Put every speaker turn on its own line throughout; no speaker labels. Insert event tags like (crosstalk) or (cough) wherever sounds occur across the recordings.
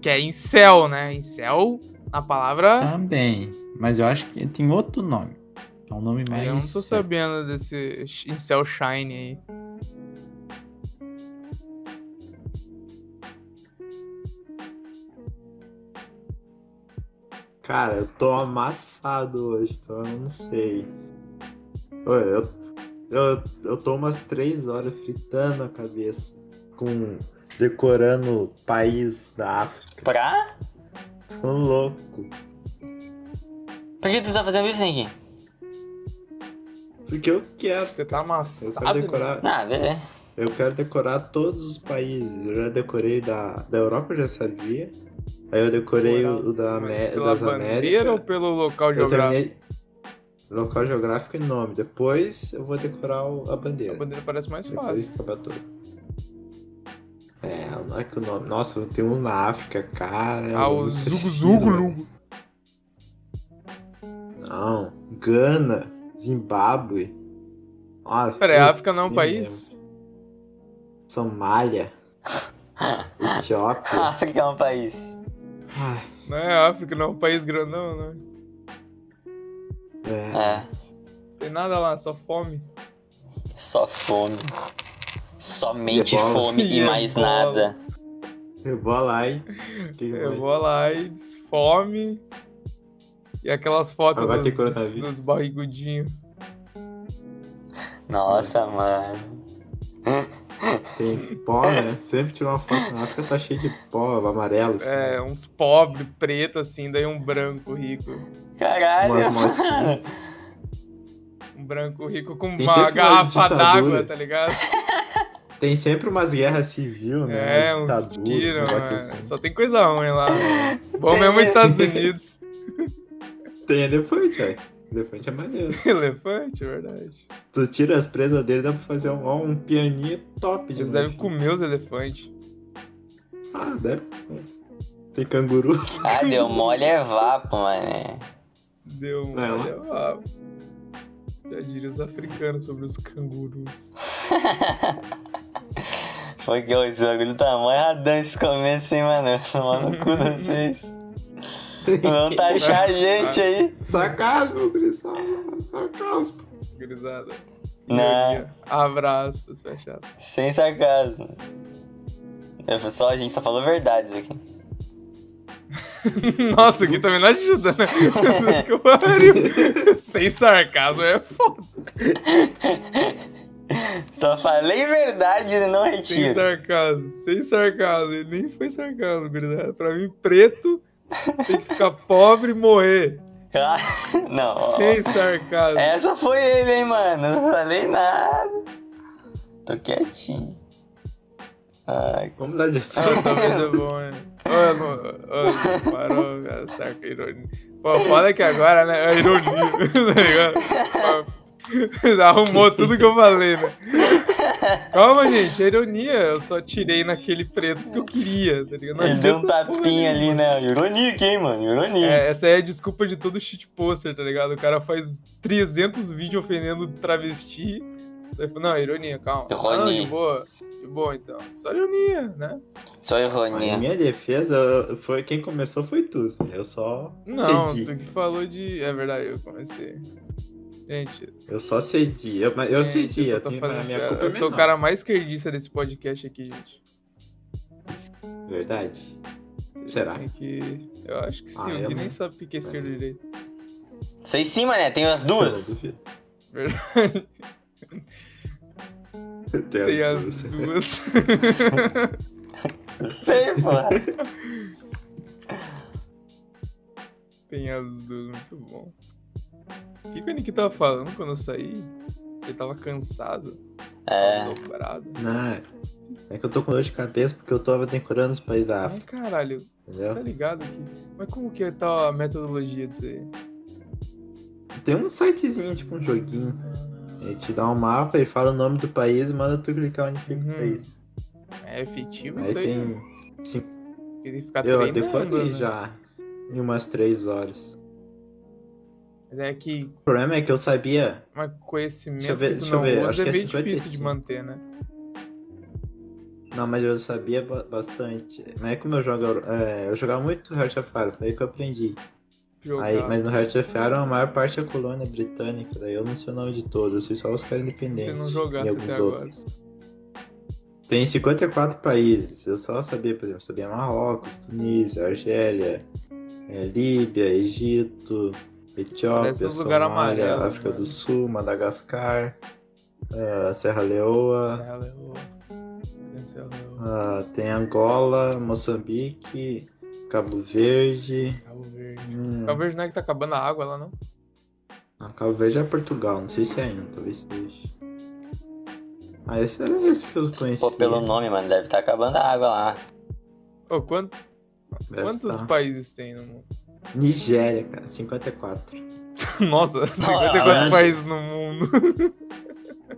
Que é incel, né? Incel, a palavra.
Também. Mas eu acho que tem outro nome. É um nome
Ah,
mais.
eu não tô sabendo desse incel shine aí.
Cara, eu tô amassado hoje, então eu não sei. Ô, Eu, eu, eu tô umas três horas fritando a cabeça, com decorando o país da África.
Pra?
Tô louco.
Por que tu tá fazendo isso, Nick?
Porque eu quero.
Você tá
Eu
amassado.
quero
né?
decorar.
Ah, (laughs) beleza.
Eu quero decorar todos os países. Eu já decorei da, da Europa, eu já sabia. Aí eu decorei o, o da
Mas
Amé-
pela
das
bandeira ou
Américas.
pelo local
Eu
geográfico?
terminei local geográfico e nome. Depois eu vou decorar o- a bandeira.
A bandeira parece mais
Depois
fácil.
acaba tudo. É, não é que o nome. Nossa, tem uns na África, cara.
Ah,
eu né?
o
não
Zugo
preciso,
Zugo
velho.
Lugo.
Não. Gana, Zimbábue. Ah, Nossa,
Pera, a África não é um
nem
país?
Somália, Etiópia.
África é um país.
Ai,
Não é a África, não é um país grandão, né?
é.
É.
Tem nada lá, só fome.
Só fome. Somente
E bola.
fome e
E
mais
bola.
nada.
Rebola aí. Que que vai?
Ebola, AIDS, fome. E aquelas fotos
Agora tem
dos,
coronavírus.
dos barrigudinhos.
Nossa, mano.
Tem pó, né? Sempre tirar uma foto na África tá cheio de pó, amarelo. Assim.
É, uns pobres, preto assim, daí um branco rico.
Caralho.
Umas
mano.
motinhas.
Um branco rico com
Tem
uma
sempre umas
garrafa d'água,
ditadura.
tá ligado?
Tem sempre umas guerras civil, né?
É,
Umas
uns
ditaduras,
tiros,
um negócio
mano.
assim. É.
Só tem coisa ruim lá. Bom mesmo os Estados Unidos. (laughs)
Tem elefante, velho. Elefante é maneiro.
Elefante, é verdade.
Tu tira as presas dele, dá pra fazer um, ó, um pianinho top.
Eles
de
devem
novo.
comer os elefantes.
Ah, deve. Tem canguru.
(laughs)
(laughs)
Ah, deu mole é vapo, mano.
Deu um.
Vai lá.
olha lá. Já diria os africanos sobre os cangurus.
Porque o bagulho tá mó erradão esse começo, hein, mano. Tomar no cu de vocês. Vão taxar a gente aí.
Sarcasmo, Grisal. Sarcasmo.
Gurizada.
Não,
Ironia. Abra aspas, fecha aspas. (laughs)
sem sarcasmo. Eu, só, a gente só falou verdades aqui.
Nossa, o Gui também não ajuda, né? (laughs) Puta que pariu. Sem sarcasmo é foda.
Só falei verdade e não
Sem
retiro.
sarcasmo, sem sarcasmo. Ele nem foi sarcasmo, gurizada. Pra mim, preto tem que ficar pobre e morrer.
(laughs) Ah, não, ó. É.
Sem sarcasmo.
Essa foi ele, hein, mano. Não falei nada. Tô quietinho. Ai,
Vamos dar de
Ah,
assunto.
talvez é bom, né? Ô, não, ô, parou, cara, saca, ironia. Pô, foda que agora, né? É ironia, (laughs) tá ligado? Pô, Arrumou tudo que eu falei, né? Calma, gente, é ironia. Eu só tirei naquele preto porque eu queria, tá ligado? Não
ele deu um
adianta porra
tapinha ali, né? Ironia aqui, hein, mano. Ironia.
É, essa aí é a desculpa de todo shitposter, tá ligado? O cara faz 300 vídeos ofendendo travesti. Daí fala, não, ironia, calma.
Ironia.
Não, de boa. De boa, então. Só ironia, né?
Só
Em
ironia.
minha defesa, eu- foi quem começou foi tu. Eu só
Não,
cedi.
tu que falou de... É verdade, eu comecei. Gente,
Eu só cedi. Eu, mas eu
gente,
cedi.
só
Eu,
É, tô
tenho,
fazendo
a minha
piada.
culpa
Eu
é
sou o
menor.
cara mais esquerdista desse podcast aqui, gente.
Verdade.
Vocês
Será?
têm que- Eu acho que sim,
Ah,
o
eu
Gui
não-
nem sabe o que que é esquerda e direita.
Sei sim, mané. Tem as
Eu
(laughs)
não
duas.
duvido.
Verdade,
(laughs) Tem
tem
as
as
duas. (laughs)
duas.
Sei, porra.
Tem as duas, muito bom. O que, que o Nick tava falando quando eu saí? Ele tava cansado,
É.
tava dobrado.
Não, é que eu tô com dor de cabeça porque eu tava decorando os países da
Ai,
África,
caralho,
entendeu?
tá ligado aqui? Mas como que tá a metodologia disso aí?
Tem um sitezinho, tipo um joguinho. Ele te dá um mapa, ele fala o nome do país e manda tu clicar onde fica
Uhum.
o país.
É efetivo
Aí
isso aí? Tem...
tem. Sim,
Ele ficar
eu
treinando, né?
decorei já em umas três horas.
Mas é que
O problema é que eu sabia.
mas conhecimento
Deixa eu ver, é
que tu é
deixa eu
não
ver,
usa
acho
é
que é
meio difícil de
55.
manter, né?
Não, mas eu sabia ba- bastante. Mas é como eu jogo. é, eu jogava muito Heart of Iron, foi aí que eu aprendi.
Jogar.
Aí, mas no Heart of Iron a maior parte é colônia britânica, daí eu não sei o nome de todos, eu sei só os caras
Se
independentes.
não
e
jogasse
alguns
até
outros.
agora.
Tem 54 países, eu só sabia, por exemplo, sabia Marrocos, Tunísia, Argélia, eh, Líbia, Egito,
Parece
Etiópia,
uns lugar
Somália,
amarelo,
África
mano.
do Sul, Madagascar, eh, Serra Leoa,
Serra Leoa. Tem Serra Leoa.
ah, tem Angola, Moçambique, Cabo Verde.
Cabo Verde.
hum,
Cabo Verde não é que tá acabando a água lá, não?
não, Cabo Verde é Portugal, não sei se é ainda, talvez seja. Ah, esse era esse que eu conheci.
Pô, pelo nome, mano, deve estar acabando a água lá.
Ô, quanto- quantos países tem no mundo?
tá. Nigéria, cara, 54.
(laughs) Nossa, 54
Nossa.
países no mundo.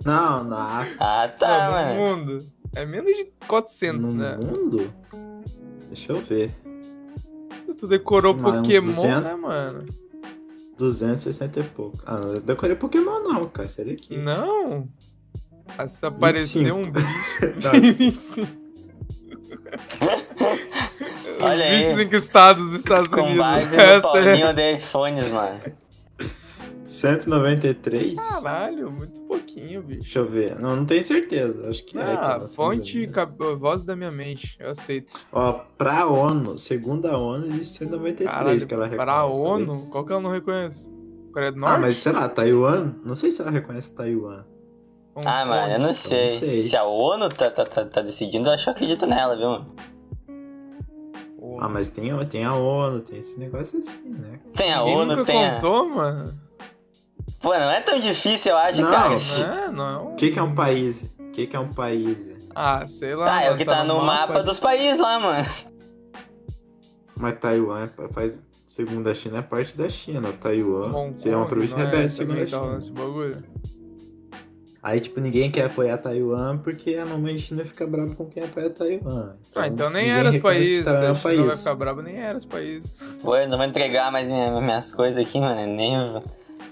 Não, na África.
Ah, tá,
Não, no
mano.
mundo. É menos de 400,
no
né?
mundo? Deixa eu ver.
Tu decorou
Mas é uns
Pokémon,
200.
né, mano?
260 e pouco. Ah, não eu decorei Pokémon não, cara. é Seria aqui.
Não. Ah, Se aparecer um bicho.
(laughs) Tá. (laughs)
25.
Olha aí.
25 estados dos Estados
Com
Unidos. (laughs)
base
Essa é-
no Paulinho de iPhones, mano.
193?
Caralho, muito pouquinho, bicho.
Deixa eu ver. Não, não tenho certeza. Acho que é.
Ah,
cara,
fonte,
193.
cab- voz da minha mente, eu aceito.
Ó, pra ONU, segunda ONU, existe 193
Caralho,
que ela reconhece.
para a
talvez.
ONU, qual que ela não reconhece? Coreia do Norte?
Ah, mas será? Taiwan? Não sei se ela reconhece Taiwan.
Hong Kong?
Ah,
é
mano, eu não sei.
sei.
Se a ONU tá, tá, tá, tá decidindo, eu acho que eu acredito nela, viu, mano?
Porra.
Ah, mas tem, tem a ONU, tem esse negócio assim, né?
Tem a
Ninguém
ONU,
nunca
tem a...
contou, mano?
Pô, não é tão difícil, eu acho,
Não,
cara.
né?
Se-
Não, é, não.
O que, que é um país? O que, que é um país?
Ah, sei lá.
Ah, é o
mano,
que tá no mapa dos países lá, mano.
Mas Taiwan é- faz. Segundo a China, é parte da China. Taiwan
Hong
seria uma
Kong,
província
não é?
rebelde, segundo
Também
a
tá
China.
rolando esse bagulho.
Aí, tipo, ninguém quer apoiar Taiwan porque a mamãe China fica brava com quem apoia Taiwan.
Ah, então nem
ninguém
era os
reconhece que
países.
Taiwan é
A
um
gente não vai
país.
ficar bravo, nem era os países.
Pô, eu não vou entregar mais minha- minhas coisas aqui, mano. Nem...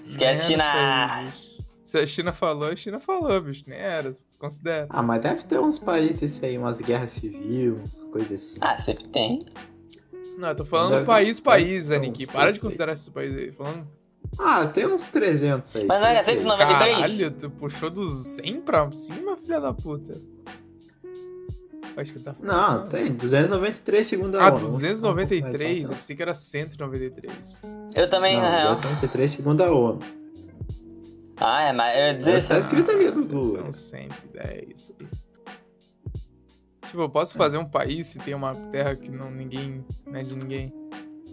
Esquece,
Nem era os
China!
países, bicho. Se a China falou, a China falou, bicho. Nem era, desconsidera.
Ah, mas deve ter uns países desse aí, umas guerras civis, umas coisas assim.
Ah, sempre tem.
Não, eu tô falando
Deve-
país,
deve
país,
ter
Aniki.
uns
Para
dois,
de considerar
três.
esse país aí. Falando,
Ah, tem uns 300 aí.
Mas então não é era
193.
93?
caralho, tu puxou dos 100 pra cima, filha da puta. Acho que tá falando
Não,
só-
tem. 293 segundo a
Ah,
ONU.
293? Eu
Não,
pensei que era 193.
Tá
Eu também, na real.
293 segundo a ONU.
Ah, é, mas eu ia dizer...
Tá escrito ali no
Ah,
Google.
São 110. aí. Tipo, eu posso fazer um país se tem uma terra que não, ninguém, não é de ninguém?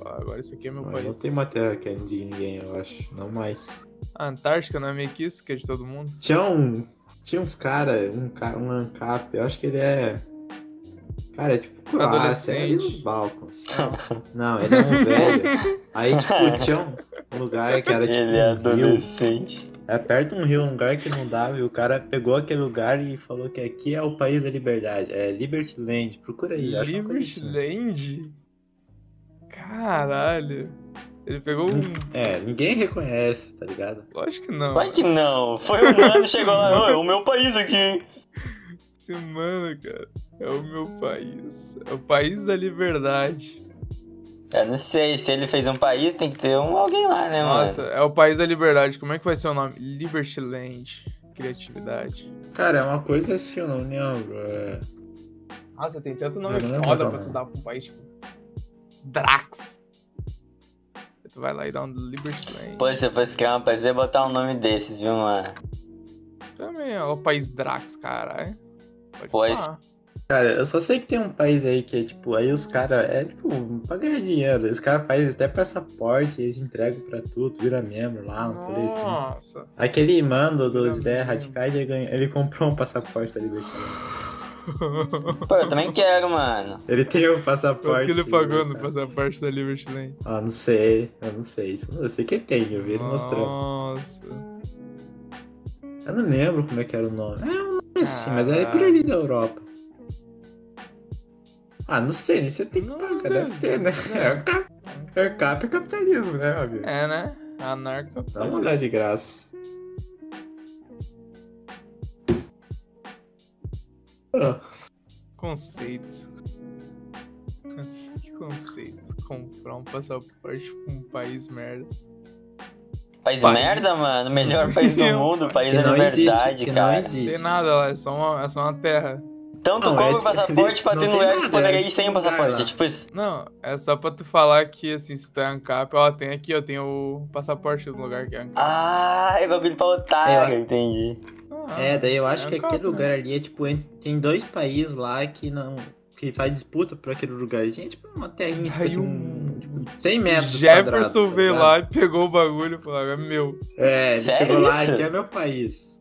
Ó, agora esse aqui é meu
Mas não
país.
tem uma terra que é de ninguém, eu acho. Não mais.
A Antártica não é meio que isso, que é de todo mundo?
Tinha um. Tinha uns caras, um, ca- um ANCAP, eu acho que ele é. Cara, é tipo Croácia, é ali
Adolescente.
(laughs)
nos Balcãs. Não, ele é um velho. Aí, tipo, tinha um- um lugar que era tipo.
(laughs) Ele é
um rio.
adolescente.
É perto de um rio, um lugar que não dava, e o cara pegou aquele lugar e falou que aqui é o país da liberdade. É Liberty Land, procura aí. acho que é uma coisa assim.
Liberland? Caralho. Ele pegou um.
É, ninguém reconhece, tá ligado?
Lógico que não.
Vai que não. Foi um mano que chegou lá. "Ô, É o meu país aqui, hein?
Esse mano, cara. É o meu país. É o país da liberdade.
Eu não sei, se ele fez um país, tem que ter um alguém lá, né, mano?
Nossa, é o país da liberdade. Como é que vai ser o nome? Liberty Land. Criatividade.
Cara, é uma coisa assim, eu não lembro. é.
Nossa, tem tanto nome
Não, não,
foda
não.
pra tu dar pra um país tipo. Drax. Aí Tu vai lá e dá um Liberty Land.
Pô, se eu fosse criar um país, eu ia botar um nome desses, viu, mano?
Também, ó. O país Drax, caralho. Pode
Pois-
falar.
Cara, eu só sei que tem um país aí que é tipo, aí os caras, é tipo, pra ganhar dinheiro, os caras fazem até passaporte, eles entregam pra tudo, vira membro lá, uns falei assim.
Nossa.
(laughs) Aquele mando dos
Vira
ideias
membro.
radicais, ele, ganhou- ele comprou um passaporte da Libertadores.
Pô, eu também quero, mano.
Ele tem o passaporte.
Quanto que ele pagou no
passaporte?
passaporte da Liberty Lane?
Ah, não sei, eu não sei, isso eu sei que tem, eu vi ele mostrando.
Nossa.
Eu não lembro como é que era o nome. É um nome assim, mas é por
Caralho.
ali da Europa. Ah, não sei, nem você tem que
Não,
pagar,
deve-
deve ter, né? (laughs)
né?
É o cap, é o cap é capitalismo, né, meu amigo?
É, né? Anarca.
Dá uma olhada de graça. Ah,
Conceito. que conceito. Comprar um passaporte pra um país merda.
País,
País.
merda, mano. Melhor país do
Meu
mundo,
pai.
país
que
da
não
liberdade,
existe, que
cara.
não
Não tem
existe.
nada lá, é só uma, é só uma terra.
Então tu
Não,
compra
é
o
de- (laughs)
passaporte pra
não
tu ir no
tem
lugar que tu
nada,
poderia
é
ir
de
sem o
lugar
passaporte.
lá.
É tipo isso.
Não, é só pra tu falar que, assim, se tu é ANCAP, ó, tem aqui, eu tenho o passaporte do lugar que é ANCAP.
Ah, é bagulho pra otário,
(laughs)
entendi.
Ah,
É, daí eu acho
é
que
Ancap,
aquele
né?
lugar ali é tipo, en- tem dois países lá que não. que faz disputa por aquele lugarzinho, é tipo uma terrinha, tipo
Aí
assim,
um-
um, tipo, 100 metros.
Jefferson
quadrados, tá
veio
ligado?
lá e pegou o bagulho e falou, é meu.
É, ele
Sério
chegou lá,
isso?
aqui é meu
(laughs)
país.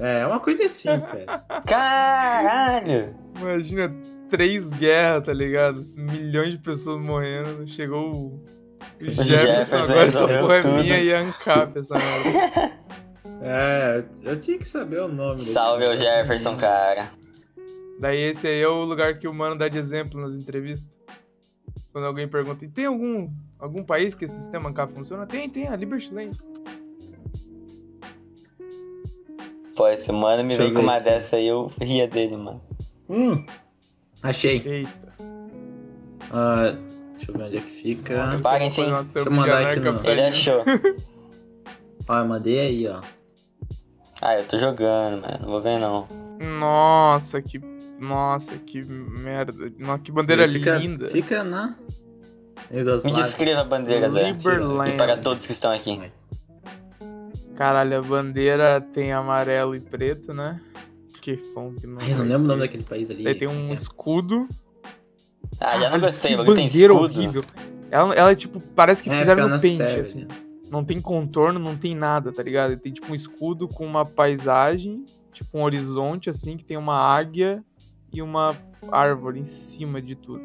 É, é uma coisa assim, cara.
Caralho!
Imagina, três guerras, tá ligado? Milhões de pessoas morrendo, chegou o... o Jefferson,
Jefferson
agora essa
resolveu
porra
tudo.
é minha e é ANCAP, essa merda.
É, eu tinha que saber o nome. daquele
Salve ao
lugar.
Jefferson, cara.
Daí esse aí é o lugar que o mano dá de exemplo nas entrevistas. Quando alguém pergunta, e tem algum, algum país que esse sistema ANCAP funciona? Tem, tem, a Liberty Land.
Pô, esse mano me
Deixa eu
veio com
ver
uma
aqui.
dessa aí, eu ria dele, mano.
Hum, achei.
Eita.
Ah, deixa eu ver onde é que fica.
Parem, sim.
Deixa
eu mandar aqui no-
Ele achou.
Ó, eu mandei aí, ó.
Ah, eu tô jogando, mano. Não vou ver, não.
Nossa, que. Nossa, que merda. Nossa, que bandeira
Ele fica,
linda.
Fica na.
Me
Yugoslávia.
descreva a bandeira, Zé. E
Liberland.
para todos que estão aqui.
Caralho, a bandeira tem amarelo e preto, né? Que como que não.
Ai, eu não
vai
lembro o nome
ter?
daquele país ali.
Daí tem um
É.
escudo.
Ah, já não
Caralho,
gostei,
que
o bagulho tem
bandeira
escudo.
horrível. Ela, ela, tipo, parece que
É,
fizeram
fica
no
na
pente,
Sérvia.
assim. Não tem contorno, não tem nada, tá ligado? E Tem, tipo, um escudo com uma paisagem, tipo, um horizonte, assim, que tem uma águia e uma árvore em cima de tudo.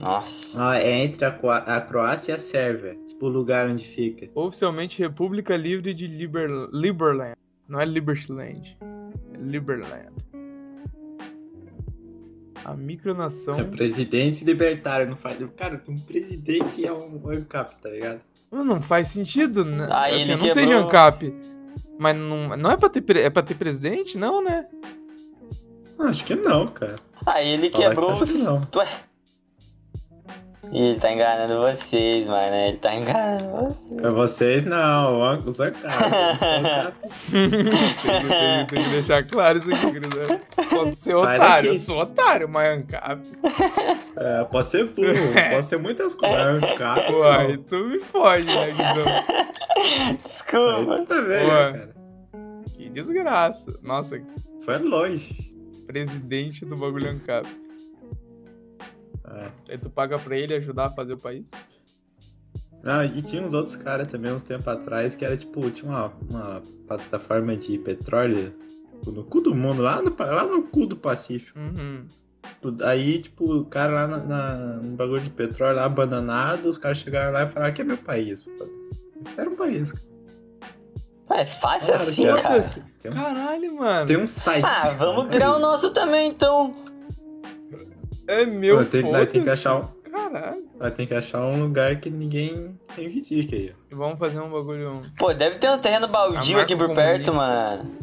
Nossa.
Ah, é entre a, Croá- a Croácia e a Sérvia. Tipo, o lugar onde fica.
Oficialmente República Livre de Liber... Liberland. Não é Liberland. É Liberland. A micronação.
É presidente libertário, não faz. Cara, um presidente é um ANCAP, tá ligado?
Não faz sentido, né?
Ah,
Assim,
ele
eu não sei de
quebrou-
ANCAP. Mas não, não é pra ter, pre- é pra ter presidente? Não, né?
Acho que não, cara.
Aí Ah, ele
Fala que
quebrou
é
acho que
os.
não.
Ué. Ih, Ele tá enganando vocês, mano. Ele tá enganando vocês.
Pra É vocês não, o an- os ANCAP.
(laughs)
(laughs)
Os
tem, que, tem que- tem que deixar claro isso aqui, Grisel. Posso ser
Sai
otário,
daqui.
eu sou otário, mas ANCAP.
ANCAP. É, pode ser
(laughs)
burro, pode ser muitas coisas. um ANCAP.
Pô, aí tu me foge, né, Grisel?
não. Aí
Desculpa.
tu tá vendo,
Ué.
cara.
Que desgraça. Nossa,
Foi longe.
presidente do bagulho ANCAP.
É.
Aí tu paga pra ele ajudar a fazer o país?
Ah, e tinha uns outros caras também, uns tempos atrás, que era tipo, tinha uma, uma plataforma de petróleo no cu do mundo, lá no, pa- lá no cu do Pacífico.
Uhum.
Tipo, Aí, tipo, o cara lá na, na- no bagulho de petróleo, lá abandonado, os caras chegaram lá e falaram que é meu país. foda-se. Isso era um país. cara.
Ah, É fácil
Claro,
assim,
claro.
cara.
Foda-se.
Tem um,
Caralho, mano.
tem um site.
Ah, vamos criar o nosso também, então.
É meu
Pô, tem- nós tem que
foda-se.
achar um-
Caralho.
Ela tem que achar um lugar que ninguém reivindica
(laughs)
aí.
E Vamos fazer um bagulho.
Pô, deve ter uns terrenos baldio
A
aqui
marca
por perto,
comunista.
mano.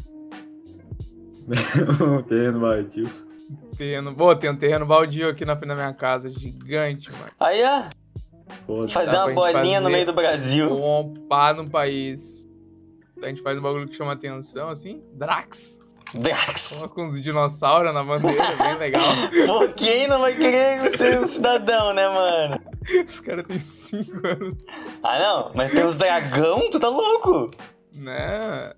um terreno baldio.
Terreno. Pô, tem um terreno baldio aqui na frente da minha casa. Gigante, mano.
Aí, ó.
Foda-se. tá.
Fazer
Dá
uma
pra gente
bolinha no
fazer
meio do Brasil.
Um pá no país. A gente faz um bagulho que chama atenção, assim. Drax.
(laughs) Drax.
Coloca uns dinossauros na bandeira,
(laughs)
bem legal.
Pô, quem não vai querer ser um cidadão, né, mano?
Os caras têm cinco anos.
Ah, não. Mas tem uns dragão? Tu tá louco?
Né?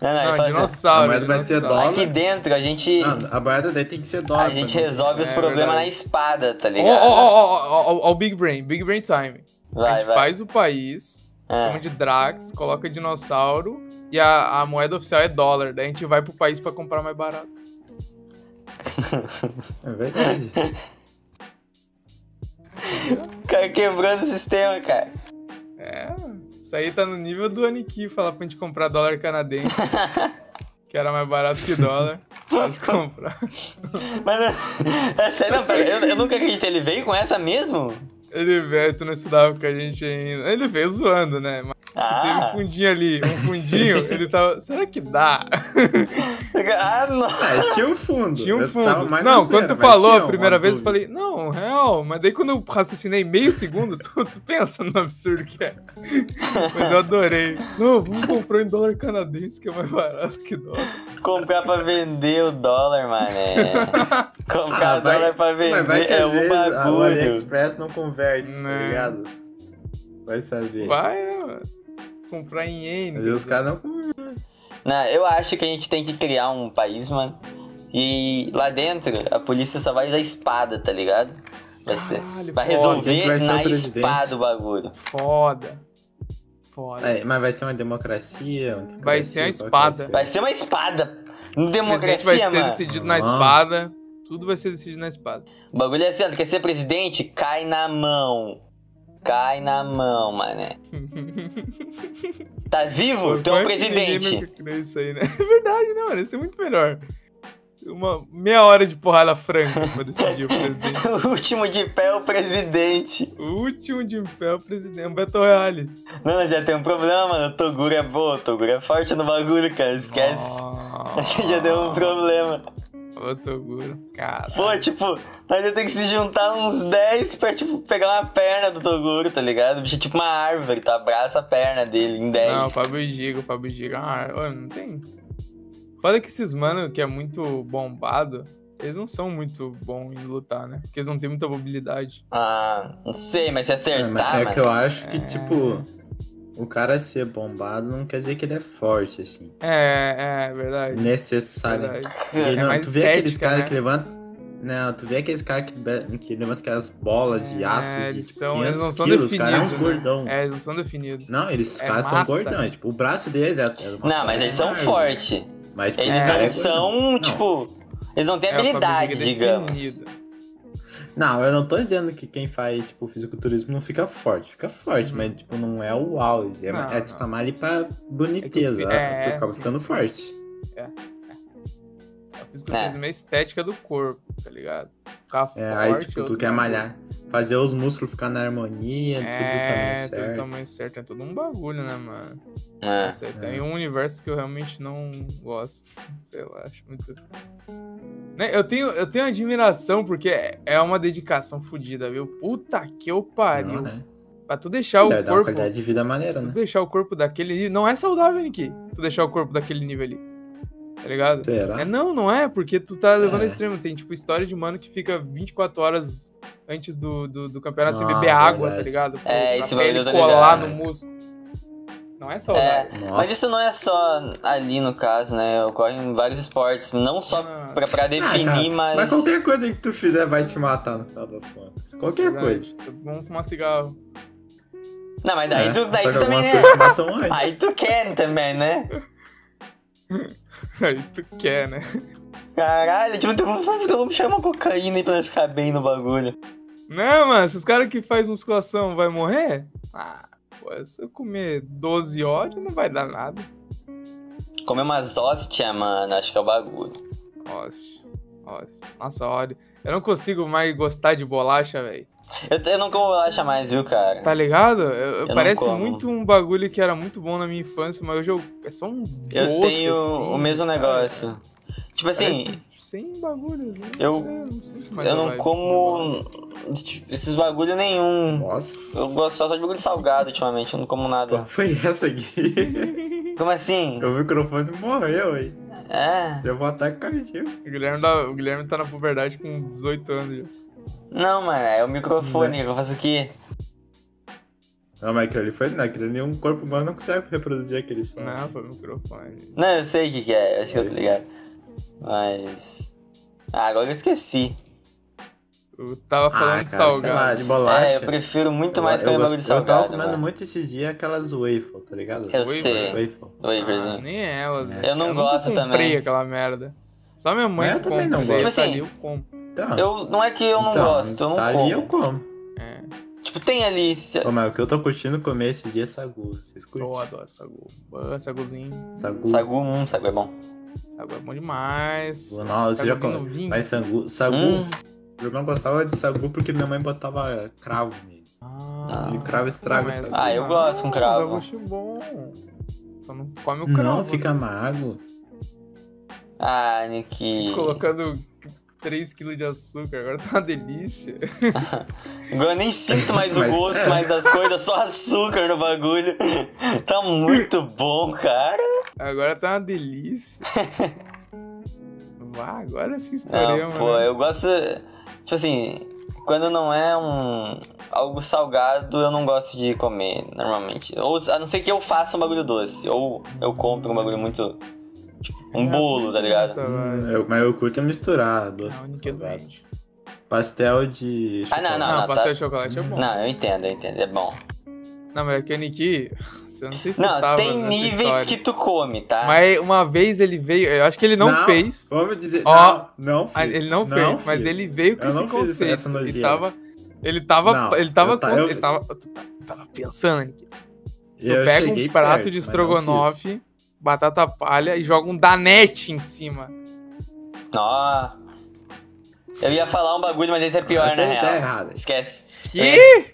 Não, não,
Não,
ele fala assim,
dinossauro. é
A moeda vai ser
dinossauro.
Aqui dentro a gente,
Ah, a barra daí tem que ser dólar.
a gente
pra não-
resolve os
É
problemas na
verdade.
espada, tá
Ó,
ligado?
ó, ó, ó, ó, ó, o Big Brain, Big Brain Time. a
Vai,
gente
vai.
faz o país, chama
Ah,
de Drax, coloca dinossauro e a, a moeda oficial é dólar. Daí a gente vai pro país pra comprar mais barato.
(laughs)
É verdade.
O cara quebrando o sistema, cara.
É, isso aí tá no nível do Aniki, falar pra gente comprar dólar
(laughs)
canadense, que era mais barato que dólar. Pode comprar.
Mas não- (laughs) é sério, não, pera, eu, eu nunca acreditei. Ele veio com essa mesmo?
Ele veio, tu não estudava com a gente ainda. Ele veio zoando, né? Mas Teve um
Ah,
fundinho ali, um
(laughs)
fundinho, ele tava. Será que dá?
ah, não.
Ah, tinha um fundo.
Tinha um
Eu tava
fundo.
mais
Não,
na
quando
zoeira,
tu
mas
falou
tinha um
a primeira
uma
vez, eu
dúvida.
falei, não, real, mas daí quando eu raciocinei meio segundo, (laughs) tu, tu pensa no absurdo que é. Mas eu adorei. Não, vamos comprar em dólar canadense, que é mais barato que dólar.
Comprar pra vender o dólar,
(laughs)
mané. Comprar
Ah, vai-
dólar pra vender
Mas vai que
é
às
um
vezes a
bagulho.
AliExpress não converte,
Não.
tá ligado? Vai saber.
Vai, né, mano? Comprar em yen.
Mas os caras não.
Não, eu acho que a gente tem que criar um país, mano. E lá dentro, a polícia só vai usar espada, tá ligado? Vai, ser,
Caralho,
vai
foda,
quem
resolver
que vai ser o
na
presidente?
espada o bagulho.
Foda. Foda.
É, mas vai ser uma democracia? um tipo uma
Vai ser a
democracia, qual que
espada.
Vai ser uma espada.
O presidente vai
Democracia,
ser
mano.
decidido na
Ah.
espada. Tudo vai ser decidido na espada.
O bagulho é assim, ó, tu quer ser presidente? Cai na mão. Cai na mão, mané. Tá vivo? Tu é
Como
um
que ninguém
presidente.
nunca criou isso aí, né? (laughs) É verdade, não, mano. Isso é muito melhor. Uma meia hora de porrada franca pra decidir o presidente.
(laughs) O último de pé é o presidente.
O último de pé é o presidente. Um Battle Royale.
Não, mas já tem um problema, mano. O Toguro é bom, o Toguro é forte no bagulho, cara. Esquece. A gente (laughs) já deu um problema.
Ah. Ô, Toguro. Cara.
Pô, tipo, nós ia ter que se juntar uns 10 pra, tipo, pegar uma perna do Toguro, tá ligado? O bicho é tipo uma árvore, tu abraça a perna dele em 10.
Não, o Fábio Giga, o Fábio Giga. Ah, ô, não tem. Foda que esses mano que é muito bombado, eles não são muito bons em lutar, né? Porque eles não têm muita mobilidade.
Ah, não sei, mas se
É, mas
acertar,
é
mano.
que eu acho que, tipo, o cara ser bombado não quer dizer que ele é forte, assim.
É, é, verdade.
Necessariamente.
verdade.
Ele
É
não-
mais
tu vê aqueles
estética,
caras
né?
que levantam. Não, tu vê aqueles caras que, be- que levantam aquelas bolas de
É,
aço.
eles
de
são- eles não
500
são
quilos, os caras é uns
definidos, né?
gordão.
É, eles não são definidos.
Não, eles os
É
caras
massa,
são gordão.
né?
é, tipo, o braço deles é. é uma
Não, mas eles são
árvore.
fortes.
Mas, tipo,
Eles
os
não
caras é
são,
gordão. Não,
tipo. Eles não têm
É, o Fábio Giga
habilidade,
é
digamos.
definido.
Não, eu não tô dizendo que quem faz, tipo, fisiculturismo não fica forte. Fica forte,
Uhum.
mas, tipo, não é o auge. É,
Não,
é tu
não.
tá mais ali pra
É
boniteza.
que o fi-
ó,
é,
tu acaba
sim,
ficando
sim,
forte.
A fisiculturismo é. a estética do corpo, tá ligado? Ficar
É,
forte.
aí, tipo, tu
outro
quer
bagulho.
malhar. Fazer os músculos ficar na harmonia,
É,
tudo
tudo
também certo.
tamanho certo. É tudo um bagulho, né, mano?
É.
Isso aí tem um universo que eu realmente não gosto. (laughs) Sei lá, acho muito. Né, Eu tenho, eu tenho admiração porque é- é uma dedicação fodida, viu? Puta que eu pariu.
Não, né?
Pra tu deixar É o
Deve dar uma
corpo.
qualidade de vida maneira,
Tu
né?
deixar o corpo daquele nível. Não é saudável, Niki. Tu deixar o corpo daquele nível ali. Tá ligado?
Será?
É, não, não é, porque tu tá levando ao
É.
extremo. Tem, tipo, história de mano que fica 24 horas antes do, do, do campeonato sem
Ah,
beber água, tá
verdade.
ligado? Pô, pra
É, esse
pele
bagulho eu tô
colar no
ligado.
músculo. Não é saudável.
Mas
Nossa.
isso não é só ali no caso, né? Ocorre em vários esportes, não só
Não.
pra, pra
Ah,
definir,
cara,
mas.
Mas qualquer coisa que tu fizer vai te matar no final das contas. Qualquer
Verdade.
coisa.
Vamos fumar cigarro. (laughs)
Não, mas daí
É,
tu, daí
só
tu
que
também.
algumas
né?
coisas te matam antes.
(laughs) Aí tu quer também, né?
Aí tu quer, né?
Caralho, tipo, tu, tu, tu puxar uma cocaína aí pra nós ficar bem no bagulho.
Não, mano, se os caras que faz musculação vai morrer? Ah, pô, se eu comer 12 horas não vai dar nada.
Comer umas hóstias, mano, acho que é o bagulho.
Nossa, nossa. Nossa, olha. Eu não consigo mais gostar de bolacha, velho.
Eu, eu não como bolacha mais, viu, cara?
Tá ligado? Eu- eu-
não
parece
como.
muito um bagulho que era muito bom na minha infância, mas hoje eu, é só um doce,
eu tenho
assim,
o mesmo
sabe?
negócio. Tipo assim,
Parece sem bagulho. né?
eu-
Não sei, não sinto mais
um
a
eu não
vibe.
como tipo, esses bagulho nenhum.
Nossa,
Eu gosto só de bagulho salgado ultimamente, eu não como nada.
qual foi essa aqui? (laughs)
Como assim?
o microfone morreu, hein?
É.
Deu um ataque cardíaco.
O Guilherme, dá- o Guilherme tá na puberdade com 18 anos. já.
Não, mano, é o microfone, eu faço o quê?
Não, mas aquilo ali foi. Não, aquilo ali um corpo humano não consegue reproduzir aquele som.
Não, tá foi o microfone.
Não, eu sei o que, que é, acho que eu tô ligado. Mas. Ah, agora eu esqueci.
Eu tava falando
ah,
de
cara, sei lá,
salgado.
de bolacha.
É, eu prefiro muito
Eu-
mais
eu
comer
gosto-
bagulho
Eu tava
salgado.
comendo
mano.
muito esses dias aquelas waffle, tá ligado?
Eu
Oi,
sei.
Waffle.
Ah,
Waferzinho.
nem
É.
elas, velho.
Eu não
nunca
gosto
comprei
também.
aquela merda. Só minha mãe
Mas eu
que
também
compra,
não
daí
gosto.
tá
Tipo
ali,
assim,
eu compro.
Então,
Eu, não é que eu não
então,
gosto, eu não
tá
como.
ali eu como.
É,
Tipo, tem ali. se-
Pô, mas o que eu tô curtindo comer esses dias é sagu. Vocês
eu
curtem?
adoro sagu. Ah, Saguzinho.
Sagu.
Sagu, hum, sagu é bom.
Sagu é bom demais.
Nossa, você já
Saguzinho
comeu.
no vinho.
Mas sagu, sagu
Hum,
Eu não gostava de sagu porque minha mãe botava cravo nele.
Ah,
E cravo estraga
mas-
sagu.
Ah, eu gosto com
dá
cravo.
gosto bom. Só não come o cravo.
Não,
né?
fica amargo.
Ah, Niki.
Colocando 3kg de açúcar, agora tá uma delícia.
Agora eu nem sinto mais o
Mas-
gosto mais das coisas, só açúcar no bagulho. Tá muito bom, cara.
Agora tá uma delícia.
(laughs)
Vá, agora sim
Não,
estouramos.
pô, é
né?
eu gosto. Tipo assim, quando não é um. Algo salgado, eu não gosto de comer normalmente. Ou, a não ser que eu faça um bagulho doce. Ou eu compro um bagulho muito. Tipo, um
É,
bolo, tá ligado?
Nossa, vai.
Hum, eu- mas eu curto é misturar doce
Ah, o
com
Nick é
salgado.
doente.
Pastel de
Ah,
Não,
não, não,
pastel
tá-
de chocolate é bom. Não,
Não, eu entendo, eu entendo. É bom.
mas aqui o Niki, eu não sei se
Não,
tava
tem
nessa
níveis
história.
que tu come, tá?
Mas uma vez ele veio, eu acho que ele não,
Não.
fez.
Vamos dizer.
Ó,
não, não
Ah,
fiz.
Ele não, fez, mas
fiz.
ele veio com
Eu
esse
não fiz essa
conceito. Ele
nojeira.
tava. Ele tava.
Não,
ele tava.
eu ta-
com-
eu-
ele tava, tu tá- tava pensando, Niki. Tu
Eu
pega
cheguei
um prato
perto,
de
mas não
estrogonofe, batata palha e joga um danete em cima.
Ó. Eu ia falar um bagulho, mas esse é pior,
Essa
na
é a
real.
ideia errada.
Esquece.
Que?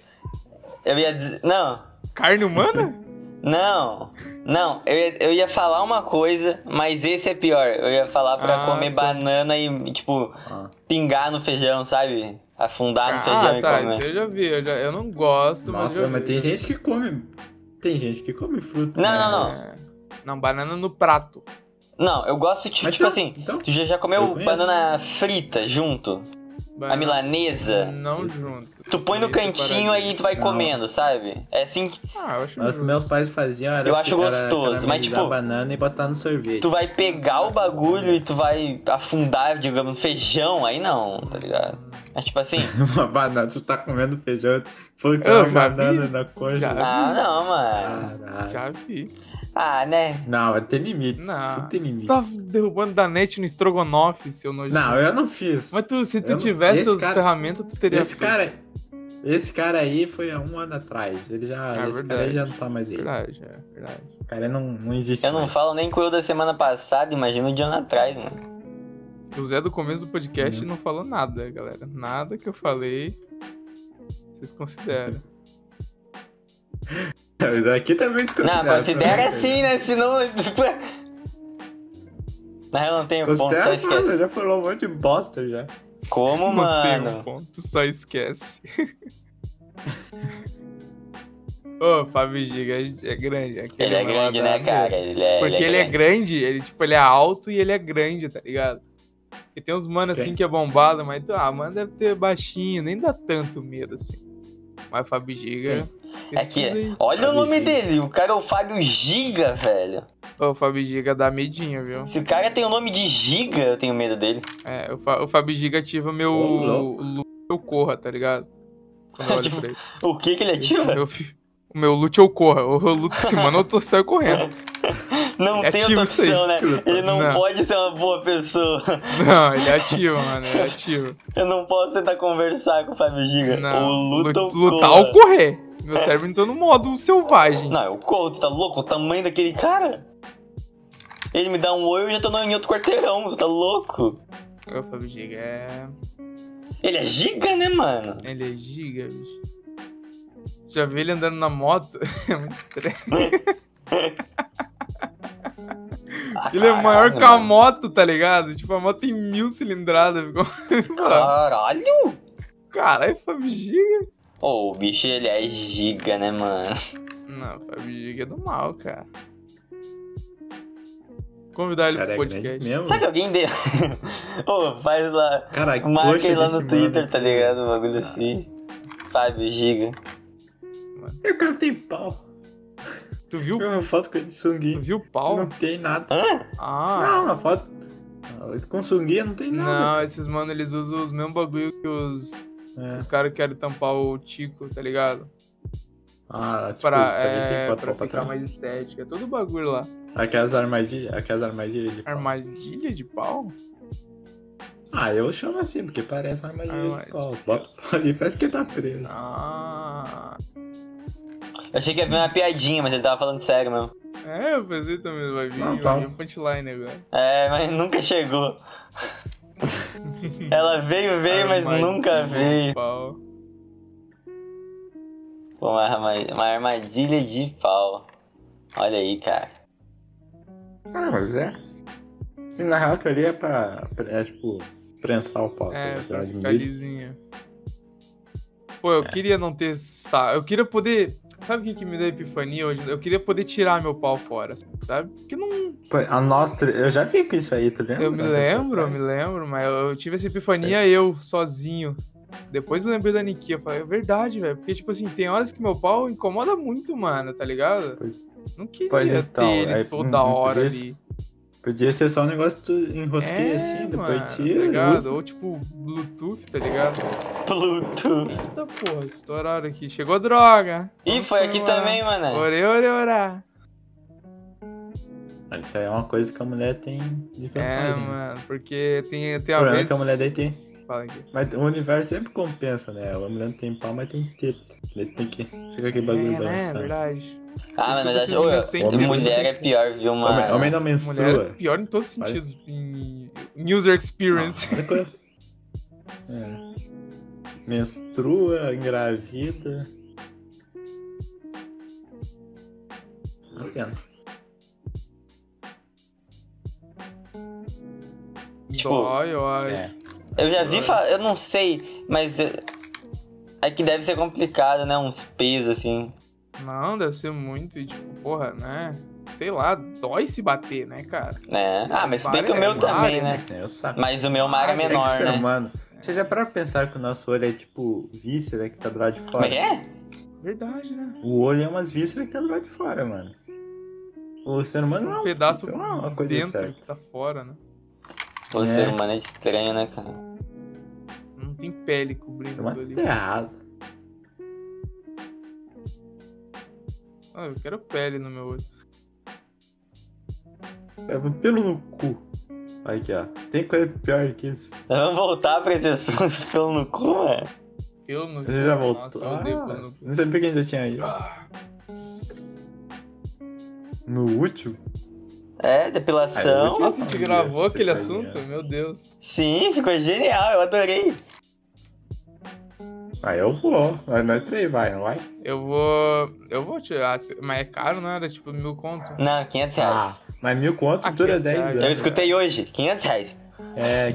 Eu ia dizer. Não,
Carne
(laughs)
humana?
não, não. Eu ia, eu ia falar uma coisa, mas esse é pior. Eu ia falar pra
Ah,
comer
tá.
banana e, tipo,
fiz. Ah.
pingar no feijão, sabe? Afundar no feijão
Ah,
e
tá.
comer.
Isso eu já vi. Eu, já- eu não gosto, mas.
Nossa,
já
mas
vi.
tem gente que come. Tem gente que come fruta.
Não,
né?
não, não.
É. Não, banana no prato.
Não, eu gosto, de,
Mas
tipo
então-
assim.
então-
Tu já, já
Eu
comeu
conheço.
banana frita junto? A
Banana-
milanesa?
Não junto.
Tu põe no
Isso,
cantinho
paradinha.
aí tu vai
Não.
comendo, sabe? É assim que
Ah, eu acho
Mas o que
justo.
meus pais faziam era.
Eu acho
era
gostoso, mas, tipo,
caramelizar banana e botar no sorvete.
tu vai pegar o bagulho e tu vai afundar, digamos, no feijão, aí não, tá ligado? É tipo assim,
(laughs) Uma banana, tu tá comendo feijão, foi
Eu
uma
já
banana
vi.
na coxa.
Já.
ah, não, mano.
Caralho.
Já vi.
Ah, né?
Não, mas tem limites.
Não.
Tudo tem
Tu
limites.
tá derrubando danete no estrogonofe, seu nojento.
Não, eu não fiz.
Mas assim. tu, se tu
Eu não-
tivesse
esse
as
cara-
ferramentas, tu teria
Esse cara. Esse cara aí foi há um ano atrás. Ele já.
É
esse cara
verdade.
aí já não tá mais aí.
Verdade, é verdade.
O cara não, não existe.
Eu não
mais.
falo nem com eu da semana passada, imagina de ano atrás, mano.
O Zé do começo do podcast
Hum.
não falou nada, galera. Nada que eu falei. Vocês
(laughs)
consideram.
Daqui também desconsidera.
Não, considera assim, né? Senão. (laughs) Não, eu não tenho né? ponto,
Considera,
só
mano,
esquece.
já falou um monte de bosta já.
Como,
não tem um
mano?
ponto, só esquece. (laughs) Ô, Fábio Giga é é grande. aquele
Ele é
meu
grande, né,
adoro.
cara? Ele é.
Porque ele é
grande.
grande, ele, tipo, ele é alto e ele é grande, tá ligado? Porque tem uns mano assim
Quem?
que é bombado, mas tu, ah, mano deve ter baixinho, nem dá tanto medo assim. Mas Fábio Giga.
É que,
pesquisa
olha o
Fábio
nome
Giga.
dele, o cara é o Fábio Giga, velho.
aí. Ô, O Fábio Giga dá medinho, viu?
Se o cara tem o nome de Giga, eu tenho medo dele.
É, o, Fa o Fábio Giga ativa meu.
Ô,
o
louco.
lu- eu corra, tá ligado? Quando eu olho pra ele.
O que que ele é, tipo,
O
(laughs) ativa?
meu, fi- o meu lute eu corra. O luto assim, mano, eu tô saindo
(laughs)
correndo.
Não
Ele
tem
ativa
outra
é tipo isso aí,
opção, né?
filho.
Ele não,
Não.
pode ser uma boa pessoa.
Não, ele ativa, mano, ele ativa.
Eu não posso tentar conversar com o Fábio Giga.
Não,
o
lu-
luta ou
lutar
corra.
ou correr. Meu cérebro entrou no modo selvagem.
Não, eu corro, tu tá louco? O tamanho daquele cara. Ele me dá um oi, eu já tô no- em outro quarteirão, tu tá louco?
O Fábio Giga é.
Ele é giga, né, mano?
Ele é giga, bicho. Já vi ele andando na moto? (laughs) É muito estranho.
Ah,
Ele é maior
caralho,
que a
mano.
moto, tá ligado? Tipo, a moto tem mil cilindradas. Ficou...
Caralho!
Caralho, Fábio Giga.
Ô, o bicho, ele é giga, né, mano?
Não, Fábio Giga é do mal, cara. Convidar ele
Cara,
pro
é grande
podcast.
mesmo.
Será que alguém deu? Ô, faz lá.
Cara, a
Marca
coxa
ele lá
desse
no Twitter,
mano.
tá ligado? Um bagulho assim. Fábio Giga.
E O cara tem pau.
Tu viu,
Tem uma foto com ele de
tu
sunguinho.
viu o pau?
Não tem nada.
Ah.
Não, na foto. Com sunguinha não tem nada.
Não, esses mano, eles usam os mesmos bagulho que os,
É.
os caras querem tampar o Tico, tá ligado?
Ah, tipo,
Pra,
os caras têm
é,
quatro
pra
pau pra
ficar
trás.
mais estético. É todo bagulho lá.
Aquelas armadilhas, aquelas armadilhas de pau.
Armadilha de pau?
Ah, eu chamo assim, porque parece uma armadilha
Armadilha.
de pau. Bota o pau ali, parece que ele tá preso.
Ah.
Eu achei que ia vir uma piadinha, mas ele tava falando sério mesmo.
É, eu
Ah,
pensei também, vai vir,
Não,
vai
tá. (laughs)
vir um punchline agora.
É, mas nunca chegou. Ela veio, veio, mas
Armadilha
nunca
de
veio.
pau.
Pô, uma, arma- uma armadilha de pau. Olha aí, cara.
Ah, mas é. Na real, que ali é pra, pra- é, tipo, prensar o pau.
É,
tá
pra
ligado? É.
ficar lisinha. Pô, eu queria não ter. Sa... Eu queria poder. Sabe o que, que me deu epifania hoje? Eu queria poder tirar meu pau fora, sabe? Porque não.
Pô, A nossa, eu já vi com isso aí, tu lembra?
Eu me lembro, eu me lembro, mas eu tive essa epifania
É.
eu, sozinho. Depois eu lembrei da Nikia, eu falei, é verdade, velho. Porque, tipo assim, tem horas que meu pau incomoda muito, mano, tá ligado?
Pois-
Não queria
pois então,
ter ele
é,
toda
hum, por
hora
isso-
ali.
Podia ser só um negócio que tu enrosqueia
É,
assim,
mano,
depois
tá
tira.
ligado?
usa.
Ou tipo, Bluetooth, tá ligado?
Pluto.
Eita porra, estouraram aqui. Chegou droga.
Ih, foi aqui também, né? mano.
Ore, ore, ora.
Mas Isso aí é uma coisa que a mulher tem de
É,
vantagem.
mano, porque tem,
o
tem uma
problema é
vez...
que a mulher daí tem.
Fala aqui.
Mas o universo sempre compensa, né? A mulher não tem pau, mas tem teta. Daí tem que. Fica aquele bagulho
É, né? É
balançando.
verdade.
Ah, mano,
Desculpa,
mas
feminina
acho. Ô,
sempre-
Homem-
mulher é pior, viu,
Homem,
mano?
homem não
Mulher é
menstrua.
pior em todos os
Mas-
sentidos. Em em user (laughs) experience.
Não, olha que eu- É. Menstrua, engravida. Tá vendo?
(laughs)
Tipo,
Dói, dói.
É.
Eu já vi falar, eu não sei, mas. eu- É que deve ser complicado, né? Uns pesos assim.
Não, deve ser muito. E, tipo, porra, né? Sei lá, dói se bater, né, cara?
né? Ah, mas se bem que o meu
Várias,
também,
várias,
né?
É, eu saco.
Mas o meu é uma área
Várias.
é que
menor,
ser
né?
humano. Você já para pra pensar que o nosso olho é tipo víscera que tá do lado de fora?
Como é que é?
Verdade, né?
O olho é umas vísceras que tá do lado de fora, mano. O ser humano não é
Um pedaço
é uma, uma coisa
dentro
certa.
que tá fora, né?
O
É.
ser humano é estranho, né, cara?
Não tem pele cobrindo
Mas
ali.
tudo errado.
Ah, eu quero pele no meu olho.
É pelo no cu. Aqui, ó. Tem coisa pior que isso.
Vamos voltar pra esse assunto (laughs) pelo no cu, mano?
Eu no
Ele já voltou.
Nossa, eu odeio pelo
Ah,
no cu.
Não sabia que ainda tinha ido. No último?
É,
Ah, eu
depilação.
vou te-
Nossa, a gente
Família,
gravou aquele
família.
assunto? Meu Deus.
Sim, ficou genial, eu adorei.
Ah, eu vou. Mas nós três vai, não vai?
Eu vou. Eu vou tirar. se- Mas é caro, não era? Tipo, mil conto.
Não, 500 reais.
Ah, mas mil conto
Ah,
dura
500
10
reais.
anos.
eu escutei hoje, 500 reais.
É,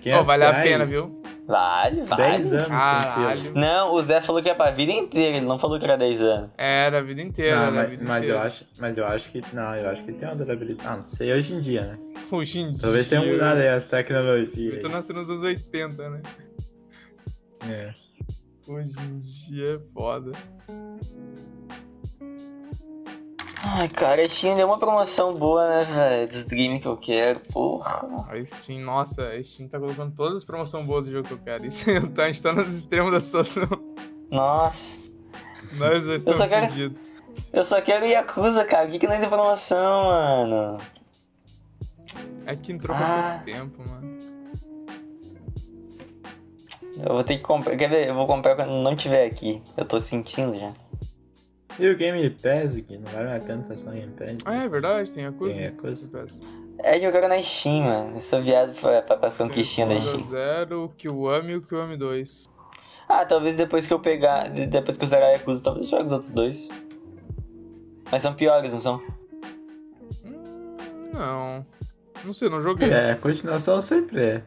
500
Ó, vale a
reais,
pena, viu?
Vale, vale.
10 anos sem fila.
Caralho.
Não, o Zé falou que é pra vida inteira, ele não falou que era 10 anos.
Era a vida inteira,
Não,
era a
mas,
vida
mas eu
inteira.
acho, mas eu acho que. Não, eu acho que tem uma durabilidade. Ah, não sei hoje em dia, né?
Hoje em
Talvez tenha
dia,
mudado aí as
Eu
tecnologias.
tô
aí.
nascendo nos anos 80, né?
É.
Hoje em dia é foda.
Ai, cara, a Steam deu uma promoção boa, né, velho? Dos games que eu quero, porra.
A Steam, nossa, a Steam tá colocando todas as promoções boas do jogo que eu quero. Isso, eu tá- a gente tá nos extremos da situação. (laughs)
Nossa.
Nós dois
Eu só
estamos
quero-
fodidos.
Eu só quero Yakuza, cara. O que, que não é de promoção, mano?
É que entrou
Ah.
por pouco tempo, mano.
Eu vou ter que comprar. Quer ver? Eu vou comprar quando não tiver aqui. Eu tô sentindo já.
E o Game Pass aqui? Não vale mais a pena só Game Pass?
Ah, é verdade, tem a coisa.
Tem Yakuza.
É que eu quero na Steam, mano. Eu sou viado pra, pra, pra conquistinha da Steam.
Zero, o Kiwami e o Kiwami 2.
Ah, talvez depois que eu pegar. de- Depois que eu zerar Yakuza, talvez eu jogue os outros dois. Mas são piores, não são?
Hum, não. Não sei, não joguei.
É, a continuação sempre é.